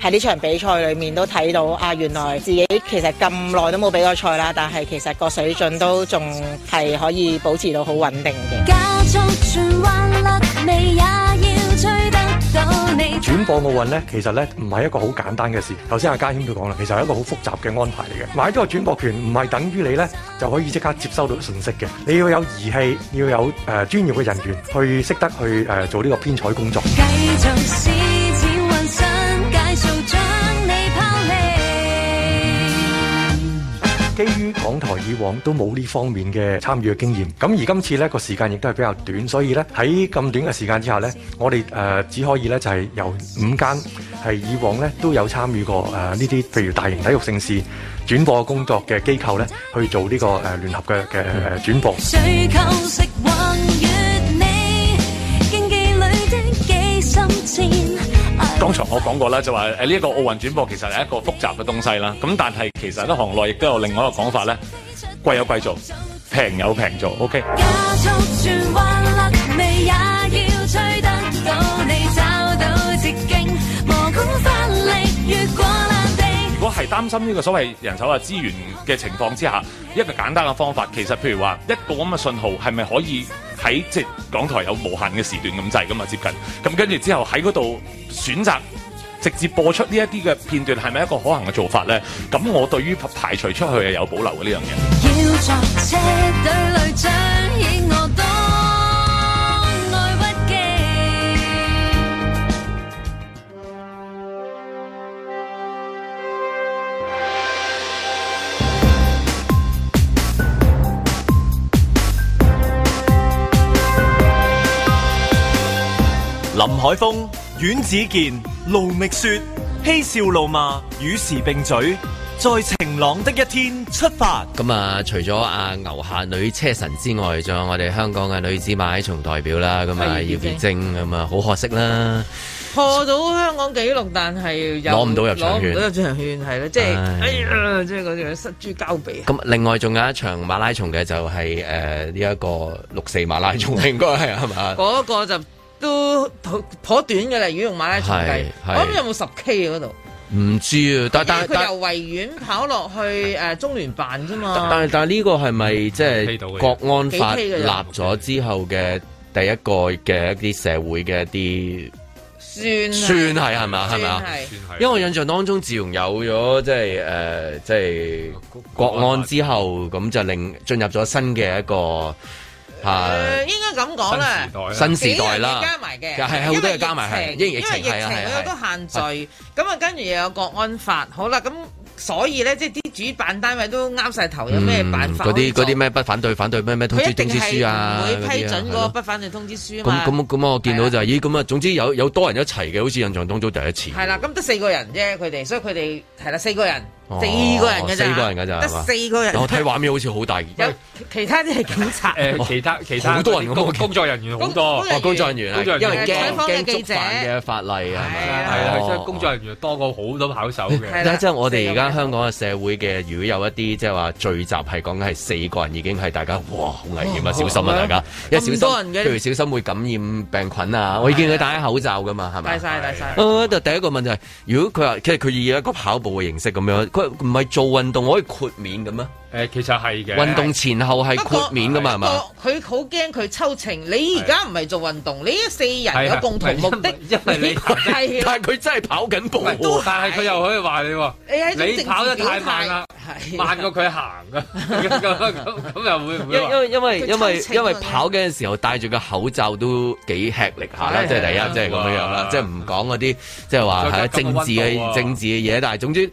喺呢場比賽裏面都睇到啊，原來自己其實咁耐都冇比過賽啦，但係其實個水準都仲係可以保持到好穩定嘅。
假作循環甩尾也要追得到你。
轉播奧運呢，其實呢唔係一個好簡單嘅事。頭先阿家謙佢講啦，其實係一個好複雜嘅安排嚟嘅。買咗個轉播權唔係等於你呢就可以即刻接收到信息嘅，你要有儀器，要有誒、呃、專業嘅人員去識得去誒、呃做呢個編採工作。
繼續施展渾身解數，將你拋離。
基於港台以往都冇呢方面嘅參與嘅經驗，咁而今次呢個時間亦都係比較短，所以呢，喺咁短嘅時間之下呢，我哋誒、呃只可以呢就係、由五間係以往呢都有參與過誒呢啲譬如大型體育盛事轉播工作嘅機構呢，去做呢、個誒、呃、聯合嘅嘅誒轉播。
水溝式幻月你，競技裏的幾心戰。
剛才我講過啦，就話誒呢一個奧運轉播其實係一個複雜嘅東西啦。咁但係其實咧，行內亦都有另外一個講法咧，貴有貴做，平有平做。OK。
加速轉彎甩尾也要追得到你，找到捷徑，蘑菇發力越過爛地。
如果係擔心呢個所謂人手啊資源嘅情況之下，一個簡單嘅方法，其實譬如話一個咁嘅信號係咪可以喺即係港台有無限嘅時段咁滯㗎嘛？接近咁跟住之後喺嗰度選擇。直接播出呢一啲嘅片段係咪一個可行嘅做法呢？咁我對於排除出去係有保留嘅呢樣嘢。
要作車隊裏彰顯我多愛屈機。
林海峰、阮子健、卢觅雪，嬉笑怒骂，与时并举，在晴朗的一天出发。
咁啊，除咗啊牛下女車神之外，仲有我哋香港嘅女子馬拉松代表啦，咁啊
係
葉潔晶咁啊，好可惜啦。
破到香港紀錄，但係又
攞唔到入場券
攞唔到入場券係啦，即係
唉
哎呀，即係嗰種失諸交臂。
咁另外仲有一場馬拉松嘅就係呃誒呢一個六四馬拉松，應該係 係嘛？
啊嗰個就都頗短嘅啦，如果用馬拉松計
係，
我
係
諗有冇十 K 啊嗰度？
唔知啊，但但
佢
但
由維園跑落去誒中聯辦啫嘛。
但係但係呢個係咪即係國安法
啊幾 K 嘅
立咗之後嘅第一個嘅一啲社會嘅一啲？
算係
算係係咪啊係咪
算
啊
係
因為我印象當中，自從有咗即係誒、呃即係國安之後，咁就令進入咗新嘅一個啊嚇、
誒呃應該咁講啦，
新時代啦
幾樣嘢加埋嘅，
係係好多嘢加埋係
因為
因為疫
疫
情
情，因為疫情
係啊係啊
佢有好多限
係
聚，咁啊跟住又有國安法，好啦，咁所以咧即係啲主辦單位都啱晒頭，有咩辦法
嗯嗰
可以
啲
做？
嗰啲咩不反對反對咩咩通
佢
知
一定
通知書啊
係唔
嗰
會批
啲啊
准嗰
係
個
咯
不反對通知書啊
咁
嘛。
咁咁我見到就係、咦咁啊，總之有有多人一齊嘅，好似印象當中第一次。
係啦，咁得四個人啫，佢哋，所以佢哋係啦，四個人，
哦
四個人嘅咋，
四個人㗎咋
得
係嘛
四個人。
我睇畫面好似好大。
有其他啲係警察，
誒其他其他
好多人咁
工
喎
工作人員好多，
哦，工作人員
工
啊，
作
因
人
為
員
驚
採訪嘅
驚
記
觸
者
犯嘅法例係咪啊？
係啊，
哦
即係工作人員多過好多跑手嘅。
但係即係我哋而家香港嘅社會嘅，如果有一啲即係話聚集係講緊係四個人已經係大家，哇，好危險啊！
哇
小心啊，
哇
大家，因為
哦咁
小
多
心，
人嘅
譬如小心會感染病菌啊！我見佢戴口罩噶嘛，係
大？
咪
晒大晒。
我覺得第一個問題係，如果佢話其實佢以一個跑步嘅形式咁樣，佢唔係做運動可以豁免嘅咩？
誒，其實係嘅。
運動前後係
不過
豁免噶嘛，係嘛？
不過佢好驚佢抽情，你而家唔係做運動，你一四人
係啊
有共同目的，
因為你
係啊啦
但係佢真係跑緊步
喂
喎，
但係佢又可以話你
你係一種
喎，你
政
跑得
治表
太慢啦
態，
慢過佢行啊，咁咁 咁咁又會唔會話？
因因因為因為
佢抽
因為
秤啊
跑嘅時候戴住個口罩都幾吃力下啦，
係啊
即係第
係
一即係咁樣樣啦
哇，
即係唔講嗰啲即係話
再加
係
咁嘅
政
溫
治
度
嘅
啊
政治嘅嘢，但係總之。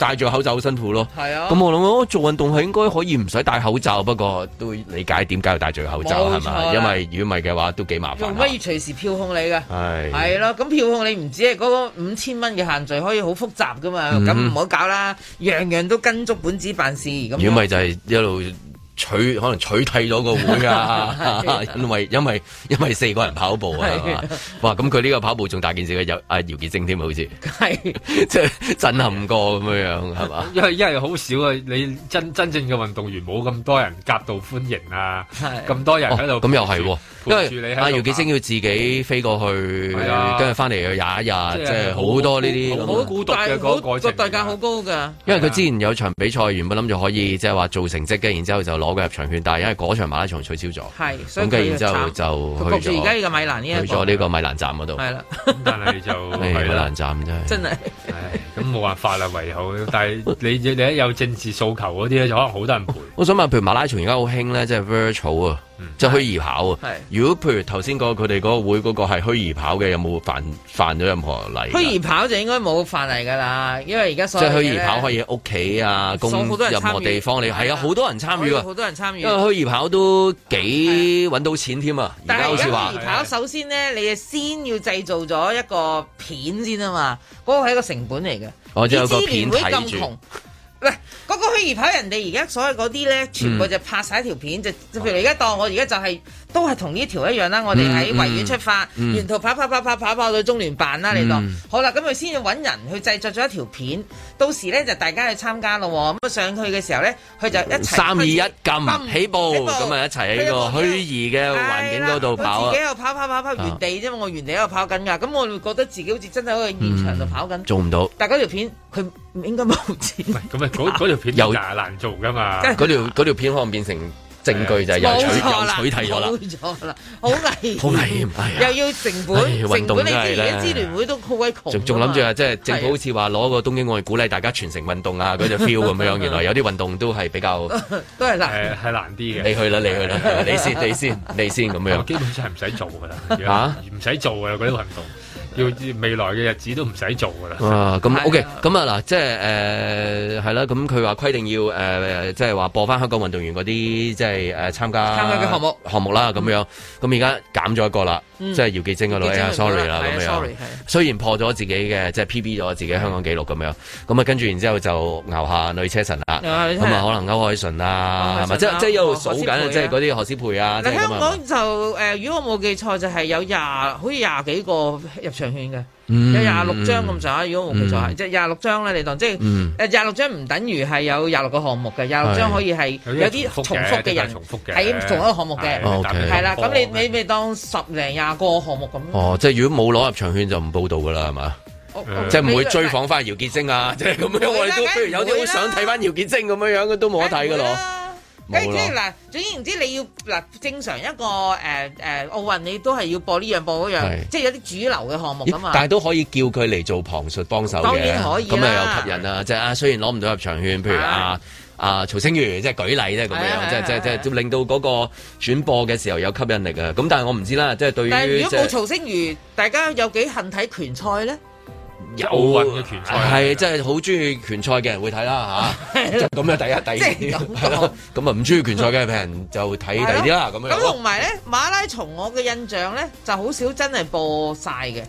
戴住口罩好辛苦咯，
係啊
咁我諗我做運動係應該可以唔使戴口罩，不過都理解點解要戴住個口罩
冇
係
錯
嘛
啦？
因為如果唔係嘅話都幾麻煩
用
下
乜要。隨時票控你㗎？
係
係咯，咁票控你唔止係嗰個五千蚊嘅限聚，可以好複雜噶嘛，
嗯
咁唔好搞啦，樣樣都跟足本子辦事咁樣。，
如果唔係就係一路取可能取替咗個會啊 因為因為因為四個人跑步啊，
係
係
啊
嘛哇！咁佢呢個跑步仲大件事嘅，有阿姚潔晶添，好似
係
即係震撼過咁樣樣 係嘛？
因為因為好少啊，你真真正嘅運動員冇咁多人夾道歡迎啊，咁多人喺
哦
度
咁又係喎，因
陪住你
為
喺
阿
度
姚潔晶要自己飛過去
係啊，
跟住翻嚟又有一日，哦啊即係好多呢啲咁啊
好啊
樣。
孤獨嘅
但係
嗰
好
個過程。啊
代價好高㗎。
因為佢之前有場比賽，原本諗住可以即係話做成績嘅，然之後就攞個入場券，但係因為嗰場馬拉松取消咗，
係所以
咁跟住
佢
然之後就
焗
去
住而家呢
咗
個米蘭呢一個
去咗 呢個米蘭站嗰度，
係啦，
但係就
係
係
米
啦
蘭，站真係。
真係
唉，咁冇辦法啦，唯有。但係你你你一有政治訴求嗰啲咧，啊就可能好多人陪。
我想問，譬如馬拉松而家好興咧，即係 virtual 啊，即係虛擬跑啊
係。
如果譬如頭先嗰個佢哋嗰個會嗰個係虛擬跑嘅，有冇犯犯咗任何例㗎？
虛擬跑就應該冇範例㗎啦，因為而家
即
所有
係虛
嘢
擬
呢
跑可以喺屋企啊，
嗯
公
所以好多人
任
參與
何地方你係啊，好多人參與啊
好。多人參與
因為。虛擬跑都幾揾到錢添啊！而
但
家
係
好
而家
似
虛
話
擬跑首先咧，你先要製造咗一個片先啊嘛，嗰個係一個成本嚟嘅。
我哦就有個
你支聯
片
會
睇
咁
住
窮。喂，嗰個虛擬跑人哋而家所有嗰啲
嗯
咧，全部就拍晒一條片，就就譬如而家當我而家就係、都係同呢條一樣啦，我哋喺
嗯
維園出發，
嗯
沿途跑跑跑跑跑跑到中聯辦啦，你當、
嗯
好啦，咁佢先要揾人去製作咗一條片，到時咧就大家去參加咯喎，咁啊上去嘅時候咧，佢就一齊
三二一撳
撳
起步，
起步
咁啊一齊喺個虛擬嘅環境嗰度跑
我
啊
自己！又跑跑跑跑原地啫嘛，我原地喺度跑緊㗎，咁我會覺得自己好似真係喺個現場度跑緊。
做唔到。
但嗰條片佢 應該冇錢。
咁啊， 嗰嗰條片又難做噶嘛。
嗰條嗰條片可能變成證據 就係又取又取替咗啦。
冇錯啦，好危險，
好危險係啊
又要成
唉
本，
運
成
動
本你
真係
知而家
咧
支聯會都好鬼窮㗎嘛，
仲仲諗住啊，即係政府好
係
似話攞個東京奧運鼓勵大家全城運動啊， 嗰只 feel 咁樣。原來有啲運動都係比較，
啊都係
誒
難。
係難啲嘅。
你去啦，你去啦， 你 先，你先，你先咁
我
樣。
基本上係唔使做 噶啦，
啊
唔使做噶啦嗰啲運動，要未來嘅日子都唔使做噶啦。
啊，咁 OK，咁啊嗱，即呃係誒係啦，咁佢話規定要誒、呃即係話播翻香港運動員嗰啲即係誒參
參
加
加嘅項目
項目啦，咁樣，咁而家減咗一個啦，
嗯
即係姚記晶嗰度，
姚記晶
哎呀
嗰度啦
sorry 啦
係啊
咁樣
sorry，係啊，
雖然破咗自己嘅即係 PB 咗自己香港紀錄咁樣，咁啊跟住然之後就牛下女車神啦，
牛下女
咁
車神
啊可能歐海純啊，
海
係咪？
純
即係
啦
即係一
何
路數
何詩蓓
緊，
啊
即係嗰啲何詩蓓啊，即
嗱
係
香
咁啊。
港就誒，如果我冇記錯就係有廿，好似廿幾個入場券嘅。
嗯
有廿六張咁上下，如果我冇記錯係，
嗯
即係廿六張咧，你當即係
嗯
誒廿六張唔等於係有廿六個項目嘅，廿六張可以係
有啲
有啲
重複嘅
重複嘅
有啲
人
係重複嘅
喺同一個項目嘅，
係哦，OK
係啦，咁你你咪當十零廿個項目咁。
哦哦，即係如果冇攞入場券就唔報道噶啦，係嘛？即係唔會追訪翻姚潔晶啊， 即係咁樣，我哋都不如有啲好想睇翻姚潔晶咁樣樣，都冇得睇噶咯，
跟
冇
住
啦。
嗱，總言之，你要嗱正常一個誒誒奧運，你都係要播呢樣播嗰樣，
係
即係有啲主流嘅項目
咦
啊嘛。
但係都可以叫佢嚟做旁述幫手嘅，
當然可以啦啊
咁咪有吸引啦。即係啊，雖然攞唔到入場券，譬如啊啊曹星如，即係舉例即係咁樣，即係即係即係令到嗰個轉播嘅時候有吸引力啊。咁但係我唔知啦，即係對
但係
於
如
即
果冇
係
曹星如，大家有幾恨睇拳賽咧？
有
奧運嘅拳賽
係即係好中意拳賽嘅人會睇啦嚇。即係咁啊，第一第二係咯， 咁啊唔中意拳賽嘅人就睇第二啲啦咁樣
咁同
咯。
埋咧，馬拉松我嘅印象咧就好少真係播晒嘅。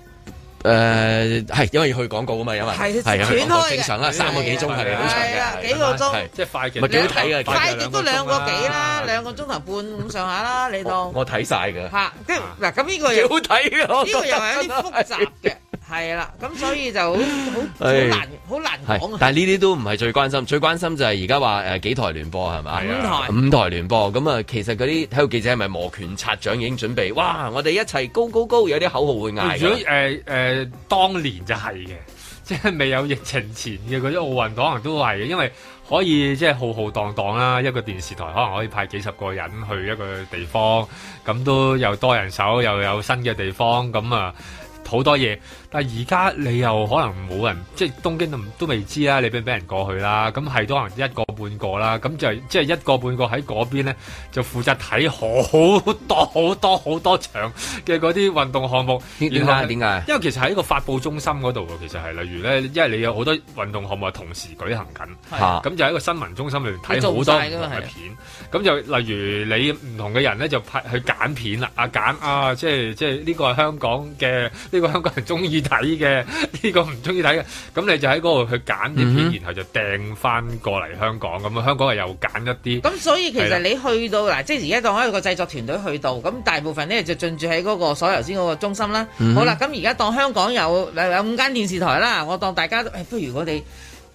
誒係因為要去廣告啊嘛，因為
係
係
斷
啊廣告
開嘅
正常啦，三個幾鐘係好長
係啦
嘅，
幾個鐘
係
即係快嘅
咪幾好睇嘅，
快極都兩個幾啦，兩個鐘頭半咁上下啦，你當
我睇晒㗎。
嚇，跟住嗱咁呢個
幾
又
好睇嘅我
呢
覺
個
得
又係有啲複雜嘅，係啦，咁所以就好好好
唉
難好難講
係
啊，。
但係呢啲都唔係最關心，最關心就係而家話誒幾台聯播係咪？
係啊
五台五台聯播咁啊，其實嗰啲體育記者係咪摩拳擦掌已經準備？哇！我哋一齊高高高，有啲口號會嗌㗎。
如果誒誒、呃當年就係嘅， 即係未有疫情前嘅嗰啲奧運可能都係嘅，因為可以即係浩浩蕩蕩啦，一個電視台可能可以派幾十個人去一個地方，咁都又多人手，又有新嘅地方，咁啊好多嘢。但係而家你又可能冇人，即係東京都唔都未知啦，你俾唔俾人過去啦？咁係都可能一個半個啦，咁就即係 一個半個喺嗰邊咧，就負責睇好多好多好多場嘅嗰啲運動項目。
點點解
然後
點解
因為其實喺個發佈中心嗰度喎，其實係例如咧，因為你有好多運動項目係同時舉行緊，
係啊
咁就喺個新聞中心裏面睇
你
好
做
多唔同
晒㗎嘛
嘅
係啊
片。咁就例如你唔同嘅人咧，就拍去揀片啦，啊揀啊，即係即係呢個係香港嘅， 呢、個香港人中意睇嘅， 呢、個唔中意睇嘅，咁你就喺嗰度去揀啲片，
嗯哼
然後就掟翻過嚟香港，咁啊香港係又揀一啲。
咁所以其
係啦
實你去到嗱，即係而家當一個製作團隊去到，咁大部分咧就進駐喺嗰個所頭先嗰個中心啦。
嗯
好啦，咁而家當香港有有五間電視台啦，我當大家都誒不如我哋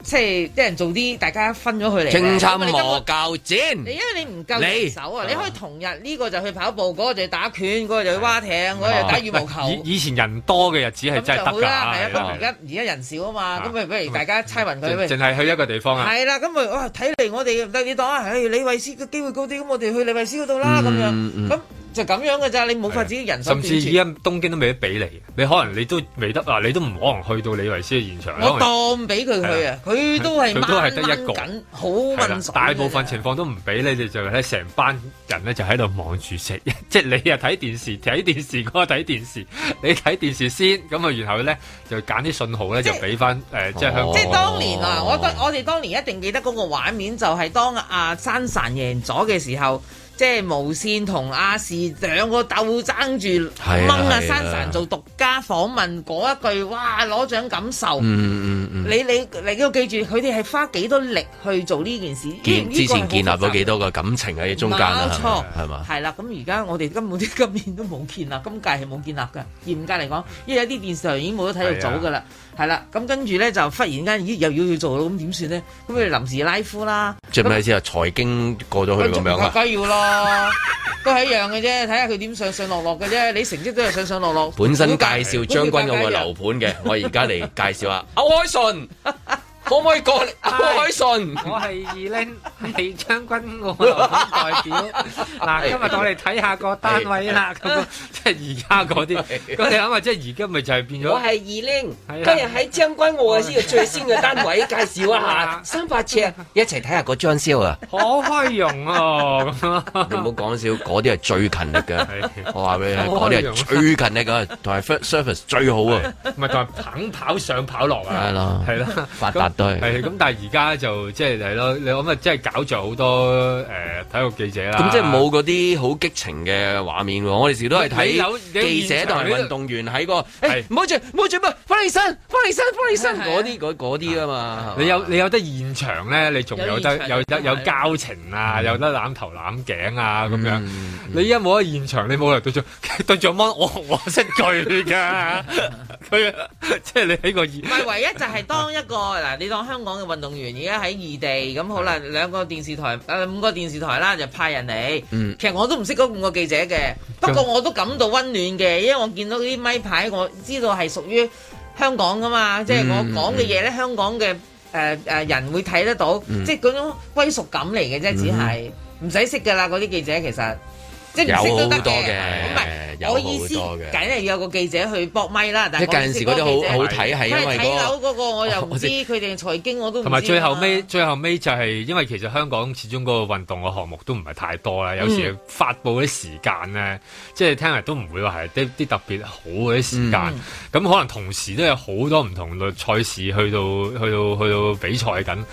即係一人做啲，大家分咗佢嚟。啊
競爭
因為你根本
磨教
你因
戰，
為你唔夠
你
人手啊，你可以同日呢個就去跑步，嗰、個就去打拳，嗰、個就去蛙艇，嗰、個就打羽毛球。
啊以以前人多嘅日子係真係
咁就好
得
啦，
㗎，
係啊，
係
咁
啦
而家而家人少啊嘛，咁咪不如大家猜勻佢
淨
喂
淨係去一個地方啊。
係啦，咁咪哇睇嚟我哋唔得你當啊，唉李慧詩嘅機會高啲，咁我哋去李慧詩嗰度啦，咁
嗯
樣
嗯
咁就咁樣嘅咋，你冇法子人手
甚至
短
而
缺。
家東京都未得俾你，你可能你都未得啊，你都唔可能去到李維斯嘅現場。
我
可能
當俾佢去啊，
係啊
佢都係
佢都
掹
係得一個
掹緊，好混
係啦
水。
大部分情況都唔俾你哋，就咧成班人咧就喺度望住食， 即係你又睇電視，睇電視嗰個睇電視， 你睇電視先，咁啊，然後咧就揀啲信號咧就俾翻誒，即係香港。
即係當年啊！我得我哋當年一定記得嗰個畫面，就係當阿珊珊贏咗嘅時候，即係無線同亞視兩個鬥爭住
係
掹
啊
阿
係啊
珊珊做獨家訪問嗰一句，哇！攞獎感受。
嗯嗯嗯，
你你你要記住，佢哋係花幾多力去做呢件事。
建
呢
之前建立
呢個係好複雜
咗幾多個感情喺中間
冇
啦，係
錯
咪，係嘛？
係啦，咁而家我哋根本啲今年都冇建立，今屆係冇建立嘅。嚴格嚟講，因為有啲電視台已經冇得體育組㗎啦，係啦。咁跟住咧就忽然間，咦又要要做咯，咁點算咧？咁你臨時拉夫啦，
即係咩意思啊？財經過咗去咁樣啊？
梗要咯，都係一樣嘅啫，睇下佢點上上落落嘅啫。你成績都係上上落落。
本身
股
介
價
紹將軍澳嘅樓盤嘅，我而家嚟介紹啊下歐海順，可唔可以過嚟？歐海順，
我係二拎，係將軍澳樓盤代表。嗱，今日我哋睇下個單位啦，咁 樣即係而家嗰啲，咁你諗下，即係而家咪就係變咗。
我係二拎，
啊
今日喺將軍澳嘅呢個最先嘅單位介紹一下，三百尺，
一齊睇下個張燒啊！
可開容哦，咁啊
你唔好講笑，嗰啲係最勤力 嘅。我話俾你聽，
好
嗰
開
啲
揚啊
係最勤力嘅，同埋 first service 最好啊！
唔係同埋肯跑上跑落啊，
係咯
係啦，
發達都係
係咁，但係而家就即係係咯，你諗啊，即係搞著好多誒體育記者啦，
咁即係冇嗰啲好激情嘅畫面喎。我哋時都係
你
睇
有你有
記者
現
同
場
埋
你都
運動員喺個，哎誒唔好住唔好住，乜翻嚟身翻嚟身翻嚟身嗰啲嗰嗰啲啊嘛。
你有你有得現場咧，你仲有得
有
有
現
得
場
有交情啊，有得攬頭攬頸啊咁樣。你一冇得現場，你冇嚟對象 對象 mon，我我識佢㗎，佢即係你喺個現
唔係唯一就係當一個嗱，你當香港嘅運動員而家喺異地咁好
嗯
啦，兩個電視台誒、呃五個電視台啦就派人嚟。
嗯
其實我都唔識嗰五個記者嘅，不過我都感到温暖嘅，因為我見到啲咪牌，我知道係屬於香港噶嘛，即係我
嗯
講嘅嘢咧，香港嘅誒誒人會睇得到，
嗯
即係嗰種歸屬感嚟嘅啫，只係唔使識噶啦，嗰啲記者其實即係唔識都得嘅。
有
我
好
意思，
多嘅
梗。係要有個記者去搏咪啦，但係
即係
我意思
近時嗰啲好
個記者
好睇係因為嗰個
睇樓嗰個我又唔
我
知
知
佢哋財經我都唔知
同埋最後
啊
尾，最後尾就係因為其實香港始終嗰個運動嘅項目都唔係太多啦，有時
嗯
發布嗰啲時間咧，即係聽嚟都唔會話係啲啲特別好嗰啲時間。
嗯
咁、可能同時都有好多唔同類賽事去到去到去到比賽緊，咁、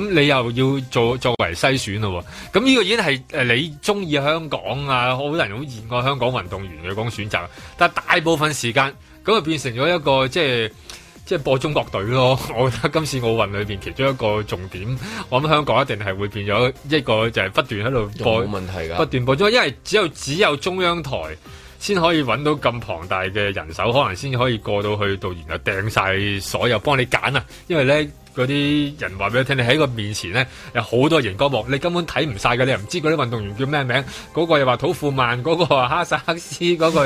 嗯
你又要做作為篩選咯喎。咁呢個已經係誒你中意香港啊，好多人好熱愛香港運動員嘅嗰種選擇，但係大部分時間咁就變成咗一個即係。即係播中國隊咯， 我覺得今次奧運裏邊其中一個重點，我諗香港一定係會變咗一個就係不斷喺度播，
冇問題㗎
不斷播中，因為只有只有中央台先可以揾到咁龐大嘅人手，可能先可以過到去到，然後掟晒所有幫你揀啊，因為咧。嗰啲人話俾你聽，你喺個面前咧有好多熒光幕，你根本睇唔晒嘅，你又唔知嗰啲運動員叫咩名，嗰、個又話土庫曼，嗰、個話哈薩克斯，嗰、個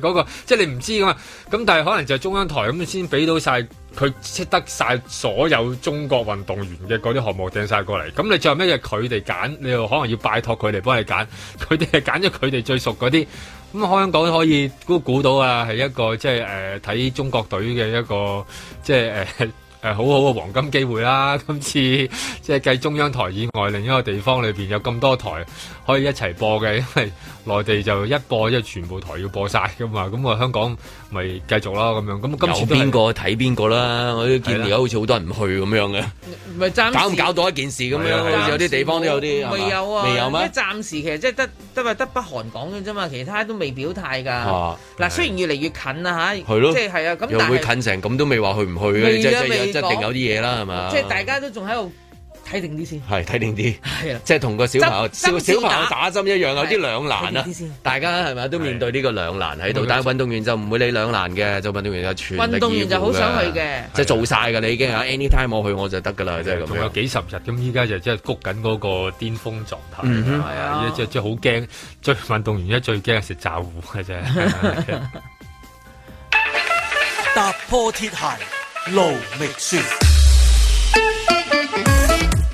嗰、個 嗰、個，即係你唔知噶嘛。咁但係可能就係中央台咁先俾到晒佢識得晒所有中國運動員嘅嗰啲項目掟晒過嚟。咁你最後咩嘢佢哋揀，你又可能要拜託佢哋幫你揀，佢哋係揀咗佢哋最熟嗰啲。咁香港可以估估到啊，係一個即係誒睇中國隊嘅一個即係誒。呃誒好好嘅黃金機會啦！ 今次即係繼中央台以外，另一個地方裏邊有咁多台可以一齊播嘅，因 為內地就一播即係全部台要播晒噶嘛，咁啊香港咪繼續啦咁樣。咁今次
有
都係
邊個睇邊個啦？我都見而家好似好多人唔去咁樣嘅，
咪暫時
搞唔搞到一件事咁
係啊係
樣？
啊
有啲地方都有啲係嘛
未有啊，
未有咩
因為？暫時其實即係得得咪得北韓講嘅啫嘛，其他都未表態㗎
啊。
嗱，雖然越嚟越近啦嚇，
係咯，
即係係啊，咁
又
但
會
係
近成咁都未話去唔去嘅，
未
即係
啊
即係
未
即係一定
講
有啲嘢啦，係嘛？
即係大家都仲喺度睇定啲先。
係睇定啲，
係啊啦
即係同個小朋友
針
小
針
小
線打
朋友打針一樣，有
係
啲兩難
睇
啊
定啲先！
大家係咪都面對呢個兩難喺度？但係運動員就唔會理兩難嘅，就運動員就全力
運動員就好想去
以赴
嘅
即係做晒㗎啦已經啊！anytime 我去我就得㗎啦，即係咁
仲有
樣。
幾十日，咁依家就真係谷緊嗰個巔峰狀態
嗯哼
啦，係啊，即係即係好驚，最運動員一最驚係食炸糊嘅啫。 啊
踏破鐵鞋路未雪。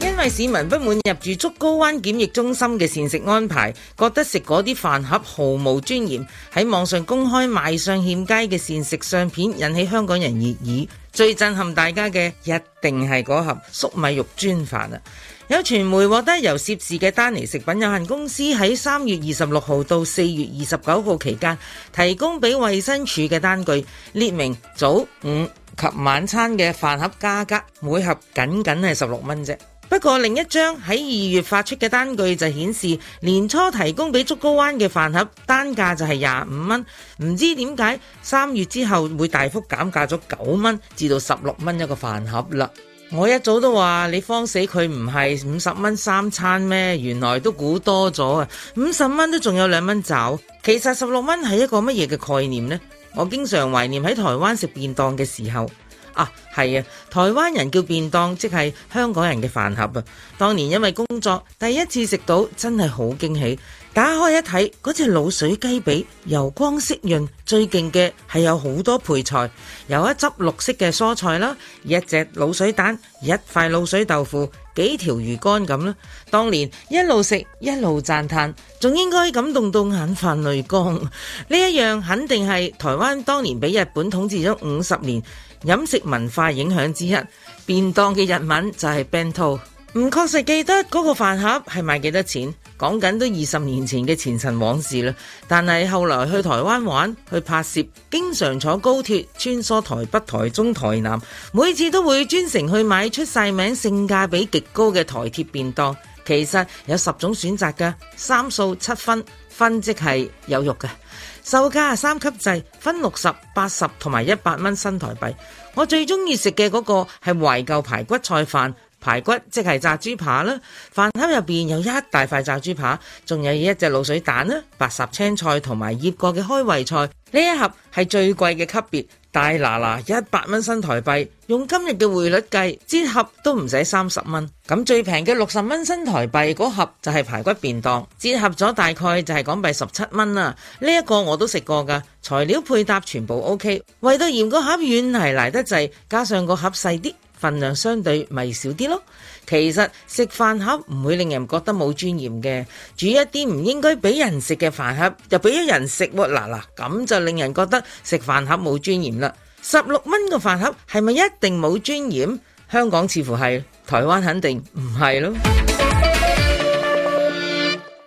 因為市民不滿入住竹篙灣檢疫中心嘅膳食安排，覺得食嗰啲飯盒毫無尊嚴，喺網上公開賣相欠佳嘅膳食相片，引起香港人熱議。最震撼大家嘅一定係嗰盒粟米肉專飯啊！有傳媒獲得由涉事嘅丹尼食品有限公司喺三月二十六號到四月二十九號期間，提供俾衛生署嘅單據，列明早午及晚餐嘅飯盒價格，每盒僅僅係十六蚊啫。不過另一張喺二月發出嘅單據就顯示，年初提供俾竹篙灣嘅飯盒單價就係廿五蚊，唔知點解三月之後會大幅減價咗九蚊，至到十六蚊一個飯盒啦。我一早都話你慌死佢唔係五十蚊三餐咩？原來都估多咗啊！五十蚊都仲有兩蚊找，其實十六蚊係一個乜嘢嘅概念呢？我經常懷念喺台灣食便當嘅時候。啊，係啊！台灣人叫便當，即係香港人嘅飯盒啊！當年因為工作第一次食到，真係好驚喜。打開一睇，嗰只滷水雞髀油光色潤，最勁嘅係有好多配菜，有一汁綠色嘅蔬菜啦，一隻滷水蛋，一塊滷水豆腐，幾條魚乾咁啦。當年一路食一路讚歎，仲應該感動到眼泛淚光。 呢一樣肯定係台灣當年俾日本統治咗五十年。飲食文化影響之一。便當嘅日文就係 bento，唔確實記得嗰個飯盒係賣幾多錢，講緊都二十年前嘅前塵往事啦。但係後來去台灣玩，去拍攝，經常坐高鐵穿梭台北、台中、台南，每次都會專程去買出晒名、性價比極高嘅台鐵便當。其實有十種選擇㗎，三素七分，分即係有肉嘅。售價係三級制，分六十、八十同埋一百蚊新台幣。我最中意食嘅嗰個係懷舊排骨菜飯，排骨即係炸豬扒啦。飯盒入邊有一大塊炸豬扒，仲有一隻滷水蛋啦，白烚青菜同埋醃過嘅開胃菜。呢一盒係最貴嘅級別。大嗱嗱一百蚊新台幣，用今日嘅匯率計，折合都唔使三十蚊。咁最平嘅六十蚊新台幣嗰盒就係排骨便當，折合咗大概就係港幣十七蚊啦。呢、一個我都食過㗎，材料配搭全部 O K，唯到嫌個盒軟係嚟得滯，加上個盒細啲。份量相對咪少啲咯。其實食飯盒唔會令人覺得冇尊嚴嘅，煮一啲唔應該俾人食嘅飯盒，就俾咗人食喎。嗱嗱，咁就令人覺得食飯盒冇尊嚴啦。十六蚊個飯盒係咪一定冇尊嚴？香港似乎係，台灣肯定唔係咯。